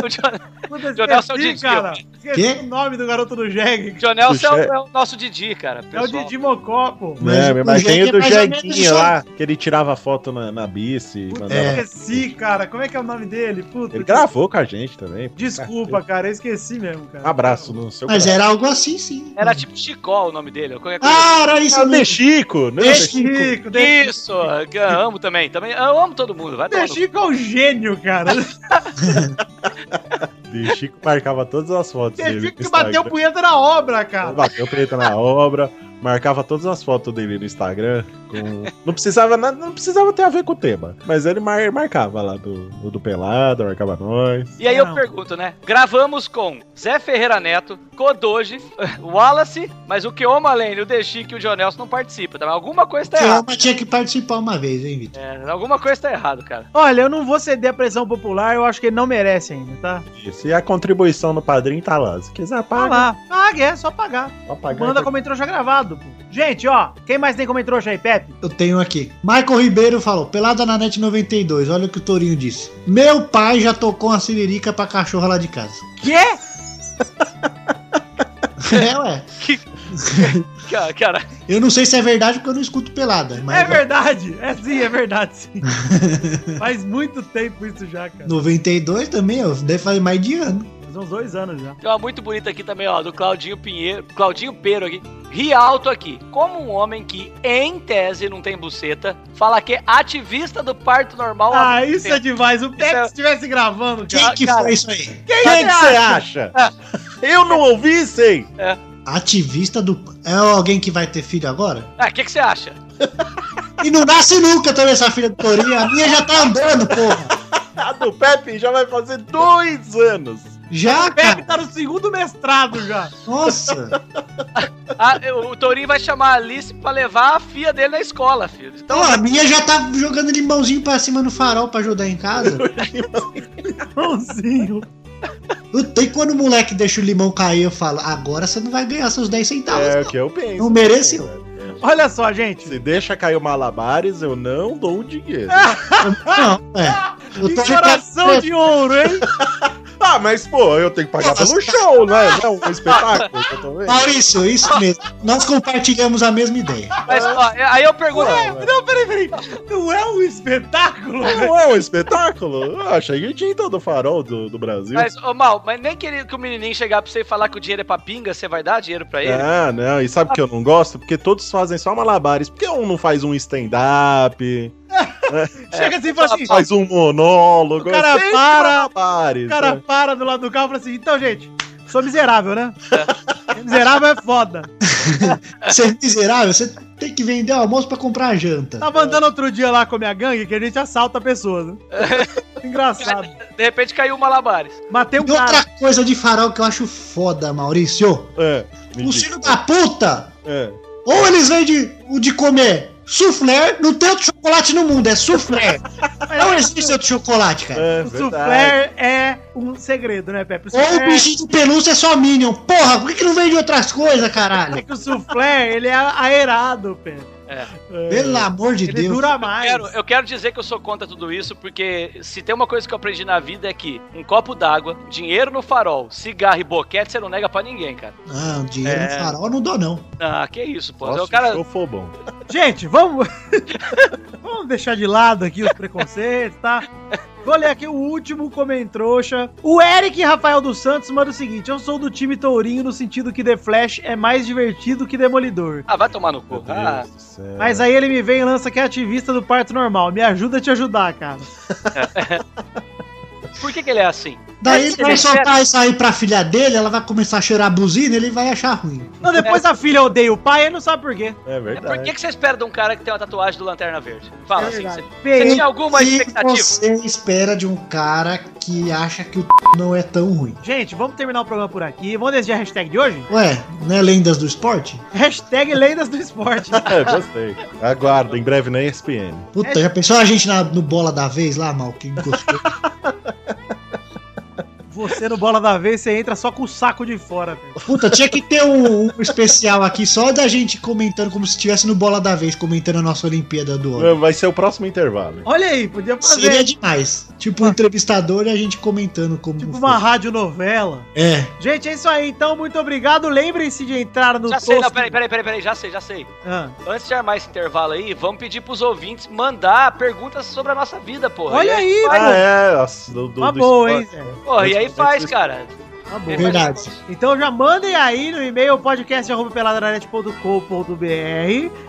o John-
puta,
Jonel é o
esqueci,
Didi,
cara.
Quê?
Esqueci o nome do garoto do Jeg.
o John Nelson é o,
Puxa.
é o nosso Didi,
É
cara.
o
pessoal.
Didi Mocopo.
Mas,
Mas o
é, mas tem
Jegue
o do
é mais ou menos
Jeguinho
isso
lá, que ele tirava foto na, na bice.
Puta,
mandava-
É.
esqueci, cara. Como é que é o nome dele? Puta,
Ele gravou com a gente também. Um
Desculpa, cara, eu esqueci mesmo, cara.
Abraço no seu
Mas
coração.
era algo assim, sim.
Era tipo Chicó o nome dele. ou Qualquer coisa. assim.
Ah, era isso
Ah, de
mesmo.
Chico, né?
Deixa-
Chico, deixa.
Isso! eu Amo também. também. Eu amo todo mundo. Vai tomar
Deixa
no-
Chico é um gênio, cara.
De Chico marcava todas as fotos
Tem
dele.
Chico que
no
bateu
Instagram.
punheta na obra, cara.
Bateu preta na obra, marcava todas as fotos dele no Instagram. com- Não precisava nada, não precisava ter a ver com o tema. Mas ele mar- marcava lá do, do, do Pelado, marcava nós.
E aí eu pergunto, né? Gravamos com Zé Ferreira Neto, Kodoji, Wallace, mas o Keoma Lane, o Dechique e o John Nelson não participam, tá? Mas Alguma coisa tá errada.
Mas tinha que participar uma vez, hein, Vitor?
É, alguma coisa tá errado, cara.
Olha, eu não vou ceder à pressão popular, eu acho que ele não merece ainda, tá?
Isso. E a contribuição no padrinho tá lá. Se quiser,
Tá
paga.
lá. Paga, é só pagar.
Tá
Só pagar.
Manda como entrou já gravado, pô. Gente, ó, quem mais tem como entrou já aí, Pepe?
Eu tenho aqui. Michael Ribeiro falou, pelada na net 92, olha o que o Torinho disse. Meu pai já tocou uma siririca pra cachorra lá de casa.
Quê?
é, ué.
Cara, cara,
Eu não sei se é verdade porque eu não escuto pelada. Mas
É verdade. É sim, é verdade, sim. Faz muito tempo isso já, cara.
92 também, ó, deve fazer mais de ano.
Faz uns dois anos já.
tem uma muito bonita aqui também, ó, do Claudinho Pinheiro, Claudinho Pero aqui. Ri alto aqui. Como um homem que, em tese, não tem buceta, fala que é ativista do parto normal. há
Ah,
muito
isso é
tempo.
demais. O Pepe se estivesse gravando,
Quem
cara.
que
cara.
foi isso aí?
Quem é que você acha? Eu não ouvi, sei.
Ativista do... É alguém que vai ter filho
é
agora?
Ah, o que, que você acha?
E não nasce nunca também essa filha do Torinho. A minha já tá andando, porra.
A Tá, do Pepe já vai fazer dois anos.
Já,
O Pepe
cara.
tá no segundo mestrado já.
Nossa.
Ah, eu- o Tourinho vai chamar a Alice pra levar a filha dele na escola, filho.
Então, a minha já tá jogando limãozinho pra cima no farol pra ajudar em casa.
Bonzinho.
Não tem quando o moleque deixa o limão cair, eu falo, agora você não vai ganhar seus 10 centavos.
É
não."
o que eu penso.
Não um. mereceu.
Velho.
Olha só, gente.
Se deixa cair o malabares, eu não dou o dinheiro.
Não, é. Eu
Que
tô
coração de ouro, hein?
Ah, mas pô, eu tenho que pagar pelo show, né? Não é um espetáculo que eu tô vendo.
Maurício, isso mesmo. Nós compartilhamos a mesma ideia.
Mas, ó, é, aí eu pergunto.
Ué,
Não, peraí, peraí. Não é um espetáculo?
Não é um espetáculo? Eu achei que tinha em todo o farol do, do Brasil.
Mas, ô Mal, mas nem queria que o menininho chegar pra você e falar que o dinheiro é pra pinga, você vai dar dinheiro pra ele?
Ah, não, e sabe o que eu não gosto? Porque todos fazem só malabares. Por que um não faz um stand-up?
Chega
É.
assim e fala assim.
Faz um monólogo?
O cara
Sempre
para,
malabares,
O cara
né?
para do lado do carro e fala assim: então, gente, sou miserável, né? Miserável é foda.
Você é miserável, você tem que vender o almoço pra comprar a janta.
Tava andando Tá outro dia lá com a minha gangue que a gente assalta pessoas. Né? Engraçado.
De repente caiu o Malabares.
Matei um
E
cara.
outra coisa de farol que eu acho foda, Maurício.
É, me
Os
diz.
filhos da puta,
É.
ou eles vendem o de comer soufflé, não tem outro chocolate no mundo, é soufflé. não existe outro chocolate, cara.
É
O
verdade.
soufflé é um segredo, né, Pepe? O
Ou o
soufflé,
bichinho de pelúcia é só Minion. Porra, por que, que não vende outras coisas, caralho?
é- o soufflé, ele é aerado, Pepe.
É.
Pelo amor de
Ele
Deus.
dura mais.
Quero- eu quero dizer que eu sou contra tudo isso, porque se tem uma coisa que eu aprendi na vida é que um copo d'água, dinheiro no farol, cigarro e boquete, você não nega pra ninguém, cara.
Ah, dinheiro
É.
no farol eu não dou, não.
Ah, que isso, pô.
Nossa,
o cara...
eu sou bom.
Gente, vamos... vamos deixar de lado aqui os preconceitos, tá? Vou ler aqui o último comentrouxa. O Eric Rafael dos Santos manda o seguinte: Eu sou do time Tourinho no sentido que The Flash é mais divertido que Demolidor.
Ah, vai tomar no
Meu
cu.
Deus
Ah,
do céu.
Mas aí ele me vem e lança que é ativista do parto normal. Me ajuda a te ajudar, cara.
por que, que ele é assim?
Daí ele vai
Ele
soltar isso aí pra filha dele, ela vai começar a cheirar a buzina ele vai achar ruim.
Não, depois a filha odeia o pai, ele não sabe por quê.
É
É, por
verdade.
que, que você espera de um cara que tem uma tatuagem do Lanterna Verde? Fala assim, você, você
Feio.
tinha alguma
E
expectativa?
você espera de um cara que acha que o t- não é tão ruim?
Gente, vamos terminar o programa por aqui. Vamos decidir a hashtag de hoje?
Ué, não é lendas do esporte?
Hashtag lendas do esporte.
É, gostei. Aguardo, em breve na ESPN.
Puta, já pensou a gente na, no bola da vez lá, mal? Que encostou?
Você no bola da vez, você entra só com o saco de fora, velho.
Puta, tinha que ter um, um especial aqui só da gente comentando, como se estivesse no bola da vez, comentando a nossa Olimpíada do ano.
Vai ser o próximo intervalo.
Olha aí, podia fazer.
Seria demais. Tipo, um entrevistador e a gente comentando como.
Tipo
foi.
uma radionovela.
É.
Gente, é isso aí. Então, muito obrigado. Lembrem-se de entrar no
Já sei, não,
Tosco-
peraí, peraí, peraí, peraí, já sei, já sei.
Ah.
Antes de armar esse intervalo aí, vamos pedir pros ouvintes mandar perguntas sobre a nossa vida, porra.
Olha
E
aí,
faz,
Ah, é. nossa, do, do,
Tá
do
boa, hein,
esporte.
Zé?
Porra, e aí faz, cara.
Tá boa.
Ele
Verdade.
faz-
Então já mandem aí no e-mail podcast.peladranet.com.br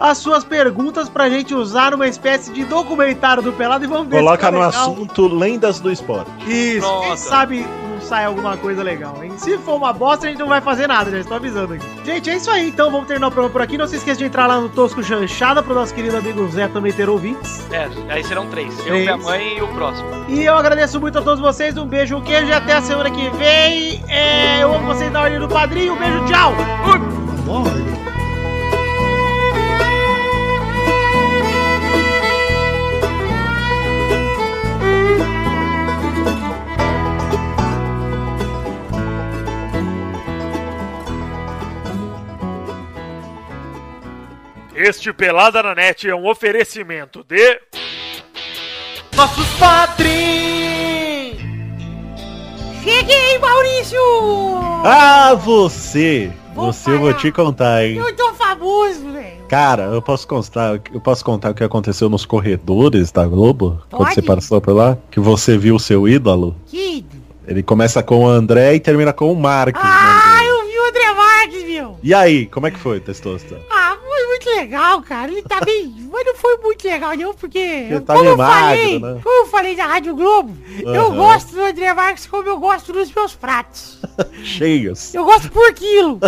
as suas perguntas pra gente usar numa espécie de documentário do Pelado e vamos ver
Coloca
fica
no
legal.
assunto lendas do esporte.
Isso, quem
Pronto.
sabe não sai alguma coisa legal, hein? Se for uma bosta, a gente não vai fazer nada, já estou avisando aqui. Gente, é isso aí, então vamos terminar o programa por aqui. Não se esqueça de entrar lá no Tosco Chanchada pro nosso querido amigo Zé também ter ouvintes.
É, aí serão três. Eu,
Três.
minha mãe e o próximo.
E eu agradeço muito a todos vocês, um beijo, um queijo e até a semana que vem. É, eu amo vocês na ordem do padrinho, um beijo, tchau! Fui!
Tá bom, velho?
Este Pelada na Net é um oferecimento de.
Nossos padrinhos!
assim, Cheguei, Maurício!
Ah, você!
Vou
você eu vou
falar.
te contar, hein?
Eu tô famoso, velho.
Cara, eu posso contar, eu posso contar o que aconteceu nos corredores da Globo quando
Pode.
você passou por lá? Que você viu o seu ídolo?
Kid.
Ele começa com o André e termina com o Marcos.
Ah,
né?
eu vi o André Marques, meu.
E aí, como é que foi, Testosta?
Ah, foi muito legal, cara. Ele tá bem... Mas não foi muito legal, não, porque...
Ele tá
como
meio
eu falei,
magro, né?
Como eu falei na Rádio Globo, eu
Aham.
gosto do André Marques como eu gosto dos meus pratos.
Cheios.
Eu gosto por quilo.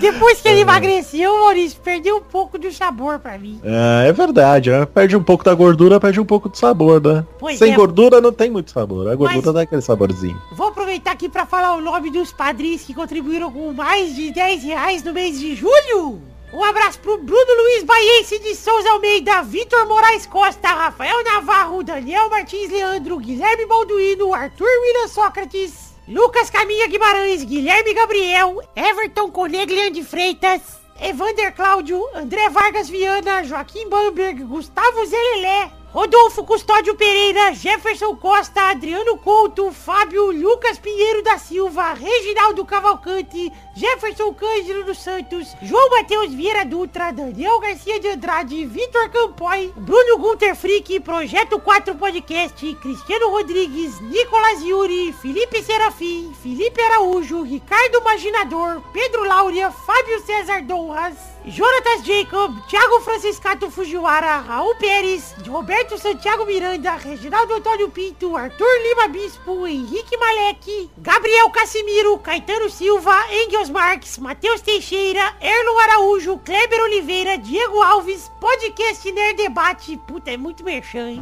Depois que ele emagreceu, Maurício, perdeu um pouco do sabor pra mim.
Ah, é verdade, né? Perde um pouco da gordura, perde um pouco do sabor, né?
Pois
Sem
é.
gordura não tem muito sabor. A gordura
Mas-
dá aquele saborzinho.
Vou aproveitar aqui pra falar o nome dos padrinhos que contribuíram com mais de 10 reais no mês de julho. Um abraço pro Bruno Luiz Baiense de Souza Almeida, Vitor Moraes Costa, Rafael Navarro, Daniel Martins Leandro, Guilherme Balduino, Arthur William Sócrates, Lucas Caminha Guimarães, Guilherme Gabriel, Everton Coneglian de Freitas, Evander Cláudio, André Vargas Viana, Joaquim Bamberg, Gustavo Zelelé, Rodolfo Custódio Pereira, Jefferson Costa, Adriano Couto, Fábio Lucas Pinheiro da Silva, Reginaldo Cavalcante, Jefferson Cândido dos Santos, João Matheus Vieira Dutra, Daniel Garcia de Andrade, Vitor Campoy, Bruno Gunter Frick, Projeto 4 Podcast, Cristiano Rodrigues, Nicolas Yuri, Felipe Serafim, Felipe Araújo, Ricardo Maginador, Pedro Laura, Fábio César Donras, Jonatas Jacob, Thiago Franciscato Fujiwara, Raul Pérez, Roberto Roberto Santiago Miranda, Reginaldo Antônio Pinto, Arthur Lima Bispo, Henrique Malek, Gabriel Casimiro, Caetano Silva, Engels Marques, Matheus Teixeira, Erlon Araújo, Kleber Oliveira, Diego Alves, Podcast Nerd Debate. Puta, é muito merchan, hein?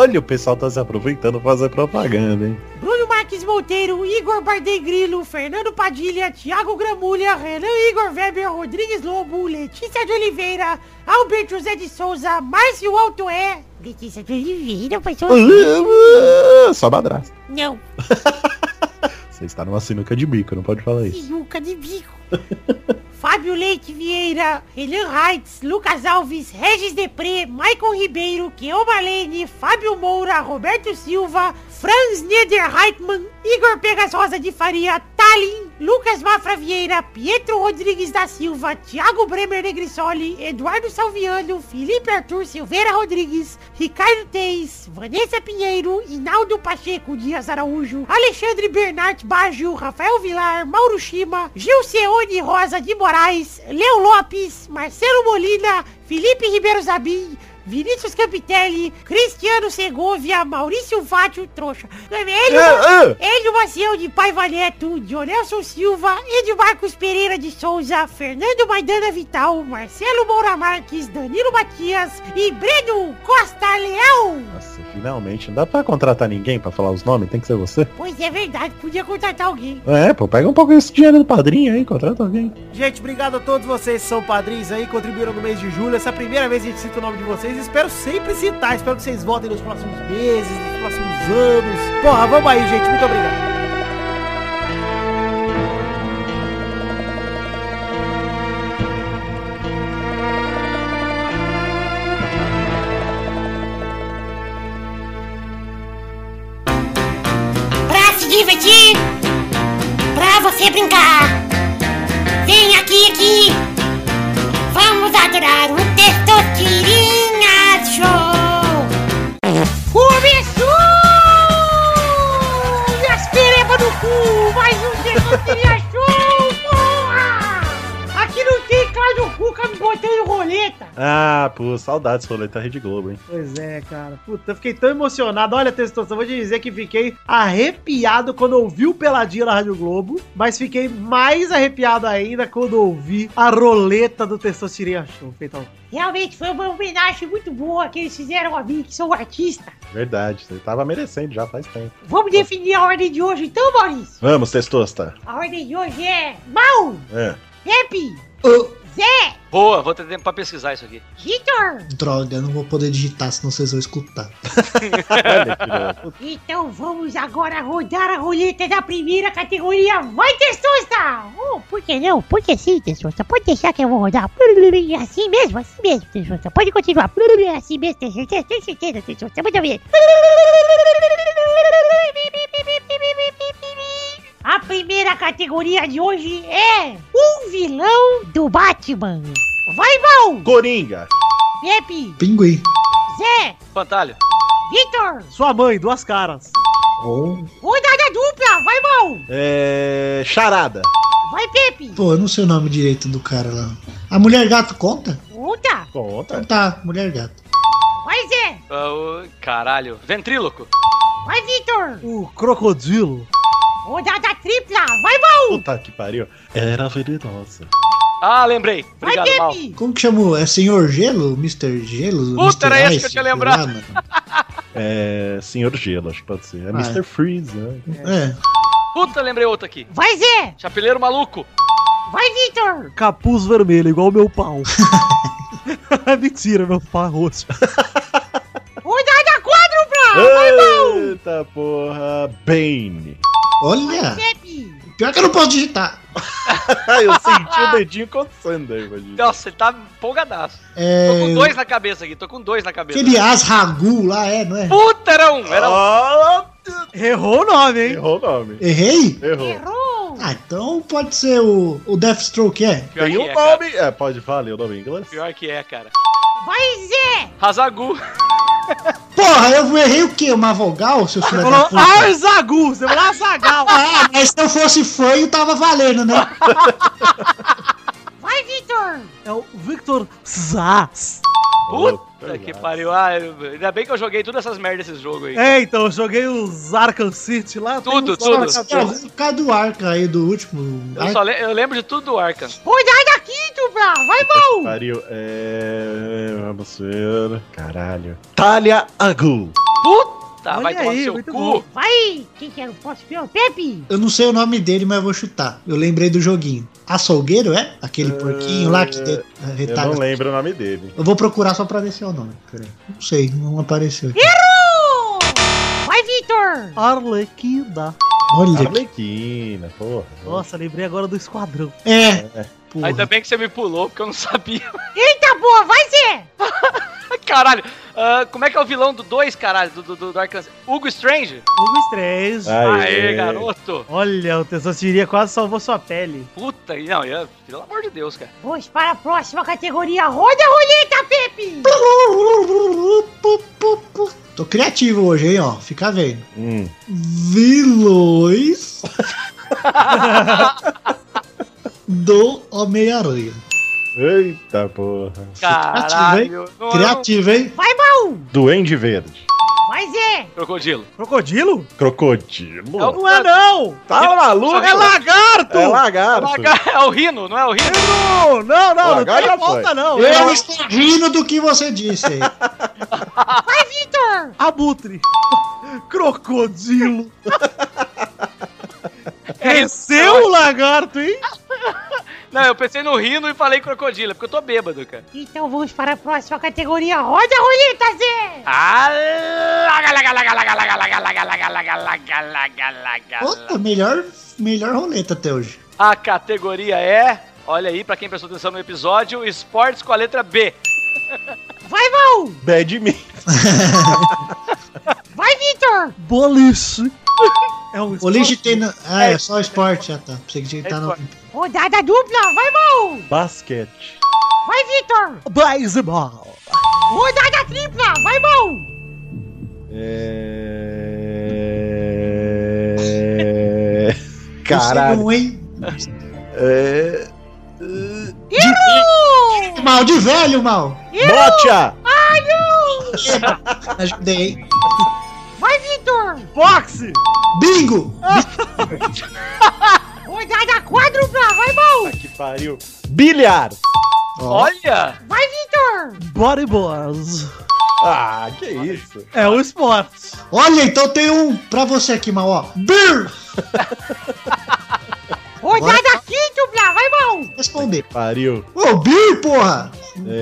Olha, o pessoal tá se aproveitando pra fazer propaganda, hein?
Bruno Marques Monteiro, Igor Bardem Grilo, Fernando Padilha, Thiago Gramulha, Renan Igor Weber, Rodrigues Lobo, Letícia de Oliveira, Alberto José de Souza, Márcio Altoé. Letícia de Oliveira, mas eu-
Só madrasta.
Não,
Você está numa sinuca de bico, não pode falar isso.
sinuca de bico. Fábio Leite Vieira, Elian Reitz, Lucas Alves, Regis Depré, Maicon Ribeiro, Keon Malene, Fábio Moura, Roberto Silva, Franz Niederreitmann, Igor Pegas Rosa de Faria, Tallin, Lucas Mafra Vieira, Pietro Rodrigues da Silva, Thiago Bremer Negrisoli, Eduardo Salviano, Felipe Arthur Silveira Rodrigues, Ricardo Teis, Vanessa Pinheiro, Inaldo Pacheco Dias Araújo, Alexandre Bernard Baggio, Rafael Vilar, Mauro Shima, Gilceone Rosa de Moraes, Leo Lopes, Marcelo Molina, Felipe Ribeiro Zabim, Vinícius Campitelli, Cristiano Segovia, Maurício Fátio, trouxa. é Ele,
É, Ah,
Hélio Maciel de Paiva Neto, Dionelson Silva, Edmarcos Pereira de Souza, Fernando Maidana Vital, Marcelo Moura Marques, Danilo Matias e Breno Costa Leão.
Nossa, finalmente. Não dá pra contratar ninguém pra falar os nomes? Tem que ser você?
Pois é verdade, podia contratar alguém.
É, pô, pega um pouco esse dinheiro do padrinho aí, contrata alguém.
Gente, obrigado a todos vocês que são padrinhos aí, contribuíram no mês de julho. Essa é a primeira vez que a gente cita o nome de vocês. Espero sempre citar. Espero que vocês voltem nos próximos meses, nos próximos anos. Porra, vamos aí, gente. Muito obrigado.
Pra se divertir, pra você brincar, vem aqui, aqui. Vamos adorar o Testosterinha Show. Começou! E as perebas no cu, mais um Testosterinha Show, porra! Aqui não tem Cláudio Cuca me botando roleta.
Ah, pô, saudades, roleta Rede Globo, hein?
Pois é, cara. Puta, eu fiquei tão emocionado. Olha, Testoso, eu vou te dizer que fiquei arrepiado quando ouvi o Peladinha na Rádio Globo, mas fiquei mais arrepiado ainda quando ouvi a roleta do Testosterinha Show. Feitão.
Realmente foi uma homenagem muito boa que eles fizeram a mim, que sou artista.
Verdade, você tava merecendo já faz tempo.
Vamos definir a ordem de hoje então, Maurício?
Vamos, Testosta.
A ordem de hoje é Mal,
É.
Pepe, Zé,
Boa, vou ter tempo pra pesquisar isso aqui.
Vitor.
Droga, eu não vou poder digitar, senão vocês vão escutar.
Olha, filho.
Então vamos agora rodar a roleta da primeira categoria. Vai, Testosta! Oh, por que não? Por que sim, Testosta? Pode deixar que eu vou rodar. Assim mesmo, assim mesmo, Testosta. Pode continuar. Assim mesmo, Testosta. Tem certeza, Testosta. Muito bem. A primeira categoria de hoje é um vilão do Batman. Vai, Mal!
Coringa.
Pepe,
Pinguim.
Zé,
Pantalho.
Vitor,
Sua mãe, duas caras.
Ou.
rodada dupla, vai mal,
É. Charada.
vai Pepe,
Pô, eu não sei o nome direito do cara lá. A mulher gato conta?
conta,
Conta.
Então tá, mulher gato.
vai Zé,
Ah, o- caralho. Ventríloco.
vai Vitor,
O crocodilo.
rodada tripla, vai mal,
Puta que pariu. Era venenosa.
Ah, lembrei.
vai
Obrigado, mal.
Pepe,
Como que chamou? É Senhor Gelo? Mr. Gelo? Mr.
Puta, era esse que eu
Ice?
tinha lembrado.
Sei lá, mano.
É. Senhor Gelo, acho que pode ser. É
Ah, é.
Mr. Freeze, né?
É,
Puta, lembrei outro aqui.
vai Zé,
Chapeleiro maluco.
vai Vitor,
capuz vermelho, igual o meu pau. Mentira, meu pau é roxo.
rodada
Ah,
quádrupla,
Eita porra. Bane.
olha.
Pepe,
Pior que eu não posso digitar.
Ah, eu senti o dedinho coçando aí, imagina.
Nossa, ele tá empolgadaço. Tô com
É.
dois na cabeça aqui, tô com dois na cabeça.
Aquele as ragu lá, é, não é?
Puta, era um, era um.
Ah,
Errou o nome, hein?
Errou o nome.
Errei?
Errou.
errou,
Ah, então pode ser o, o Deathstroke, é?
Pior
Tem
que
um
é, cara.
nome. É, pode valer o nome em inglês.
Pior que é, cara.
vai Zé,
Razagu.
Porra, eu errei o quê? Uma vogal, seu filho
Você
da
falou
puta?
"Ah,
Arzagu, você falou Arzagal.
Ah, mas se eu fosse fanho, tava valendo, né?
vai Vitor,
É o Victor Zaz.
Puta, Puta que pariu. Ah, eu- ainda bem que eu joguei todas essas merdas desse jogo aí.
É, então, eu joguei os Arkham City lá. tem um
Tudo,
uns
tudo.
lá na cabeça.
tá Por causa do arca aí, do último.
Eu, só le- eu lembro de tudo do Arkham.
Cuidado daqui, Tupla! Vai, mal!
Pariu. É. Vamos ver. Caralho. Talia Agul.
Puta,
Olha
vai tomar
aí,
no seu
muito
cu.
bom.
Vai! Quem que era o próximo peão? Pepe!
Eu não sei o nome dele, mas eu vou chutar. Eu lembrei do joguinho. Açougueiro, é? Aquele porquinho lá que de-
Eu
retaga.
não lembro o nome dele.
Eu vou procurar só pra ver se é o nome. Peraí. Não sei, não apareceu. aqui.
Errou! Vai, Vitor!
Arlequina.
Tá
Olha. que-
Arlequina, porra.
Nossa, lembrei agora do Esquadrão.
É. Porra.
Ainda bem que você me pulou, porque eu não sabia.
Eita, boa! Vai, Zé!
Caralho. Ah, como é que é o vilão do 2, caralho? Do, do, do, do Arkham? Hugo Strange?
Hugo Strange.
É.
Aê, garoto.
Olha, o Tessotiria quase salvou sua pele.
Puta, e não, eu, pelo amor de Deus, cara.
Vamos para a próxima categoria. Roda a roleta, Pepe!
Tô criativo hoje, hein, ó. Fica vendo.
Hum.
Vilões. do Homem-Aranha.
Eita porra.
tá
Caralho. Não, é um
Criativo, hein?
Vai, mal!
Duende Verde.
Vai, Zé!
não. Crocodilo.
Crocodilo?
Crocodilo.
É o-
Não é não!
Tá maluco?
É
lagarto! É
É o
lagarto.
lagar- É o Rino, não é o Rino?
Não, não, não, não
Lagarto
tem a
já foi.
volta não. É
Eu estou rindo do que você disse aí.
Vitor!
Abutre. Crocodilo. É Cresceu o lagarto, hein?
Não, eu pensei no Rino e falei crocodilo, é porque eu tô bêbado, cara.
Então vamos para a próxima categoria. Roda a roleta, Zé!
Ah, laga, laga, laga, laga, laga, laga, laga, laga, laga, laga, laga, laga, laga.
Puta, melhor, melhor roleta até hoje.
A categoria é, olha aí, pra quem prestou atenção no episódio, esportes com a letra B.
Vai, mal!
Badminton.
Vai, Vitor!
Boliche. É um
O lixo tem. No... Ah, é só esporte, já tá. Pensei que tinha que tá no.
Rodada dupla. Vai, mal!
Basquete.
Vai, Vitor!
Baseball.
Rodada tripla. Vai, mal!
É...
Você
Caralho.
não, hein?
É...
Errou!
Mal de velho, mal.
Bocha!
Ajudei, hein?
Vai, Vitor!
Boxe.
Bingo!
Rodada quádrupla. Vai, mal!
Que pariu. Bilhar!
Ó,
Olha!
Vai, Vitor!
Bodyboards.
Ah, que isso.
É um esporte.
Olha, então tem um pra você aqui, mal, ó. Bir!
Rodada quíntupla. Vai, mal!
Responder.
Pariu.
Ô, Bir, porra!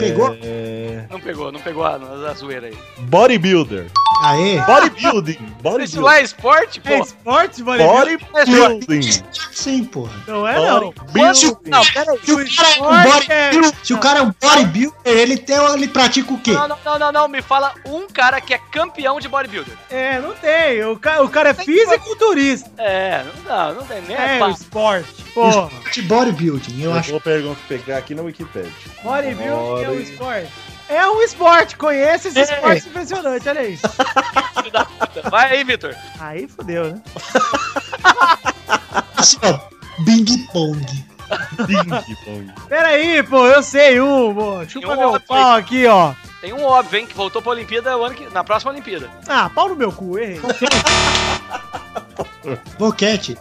Pegou?
É...
Não pegou, não pegou a, a zoeira aí.
Bodybuilder.
Aê!
Bodybuilding.
Isso lá
Bodybuilding.
é esporte, pô?
É esporte, bodybuilding?
Bodybuilding.
Sim, porra.
Não é não.
Quando-
Bodybuilding.
Não, pera aí.
Se o cara é um
Esporte é-
bodybuilder, se o cara é um bodybuilder, ele, tem, ele pratica o quê?
Não, não, não, não, não, me fala um cara que é campeão de bodybuilder.
É, não tem. O cara, o cara é fisiculturista.
É, não dá, não tem nem
É,
pá.
o esporte. Porra.
Esporte bodybuilding, eu
Eu
acho.
vou perguntar, pegar aqui na Wikipedia.
Bodybuilding é um esporte. É um esporte. Conheça esse
É.
esporte impressionante. Olha isso.
então. Vai aí, Vitor.
Aí fodeu, né?
Assim, ó. Bing pong.
Ding dong.
Pera aí, pô. Eu sei um, pô. Chupa
um
meu
outro
pau aqui, ó.
Tem um óbvio, hein, que voltou pra Olimpíada o ano que... na próxima Olimpíada.
Ah, pau no meu cu. Errei.
Boquete.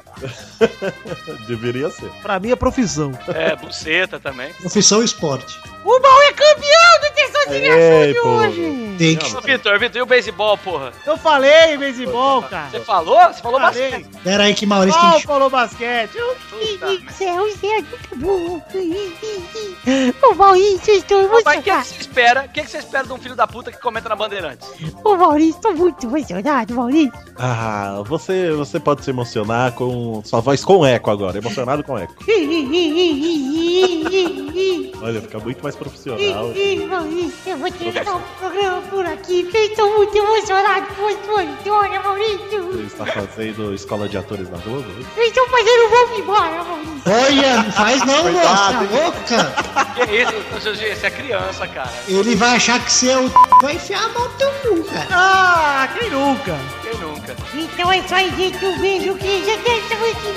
Deveria ser.
pra mim é profissão.
É, buceta também.
Profissão esporte.
O mal é campeão do terceiro de
É,
de
pô.
hoje!
Tem
Ô,
que.
Vitor, Vitor, e o beisebol, porra?
Eu falei beisebol, cara.
Você falou? Você falou bastante.
Falei.
Pera aí que Maurício
Mal
tem que.
falou basquete. Eu-
Puta
Ih,
merda.
Céu, céu, muito bom. Ih, ih, ih. Ô Maurício, estou
Mas o que, é que
emocionado.
você espera? O que, é que você espera de um filho da puta que comenta na Bandeirantes?
Ô Maurício, estou muito emocionado, Maurício.
Ah, você, você pode se emocionar com sua voz com eco agora, emocionado com eco.
Ih, ih, ih, ih, ih, ih, ih.
Olha, fica muito mais profissional.
Ih, ih, Maurício, eu vou terminar o programa por aqui, porque eu estou muito emocionado com a sua vitória,
Você
Maurício.
está fazendo escola de atores na Globo? hein?
Eu estou fazendo vamos embora, Maurício.
Olha, não faz não, moço. Tá louca?
Que isso? Você você é criança, cara.
Ele vai achar que você é o. Vai enfiar a mão no teu cu, cara.
Ah, quem nunca?
Quem nunca?
Então é só aí, gente. Um beijo, queijo. Até semana que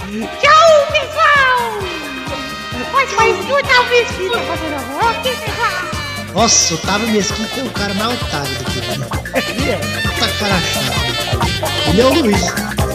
vem. Tchau, pessoal! Mas, mas, toda vez que eu vou fazer a volta, pessoal.
Nossa, o Otávio Mesquita é o cara mais otário do que ele. Puta cara chato. Ele é o Luiz.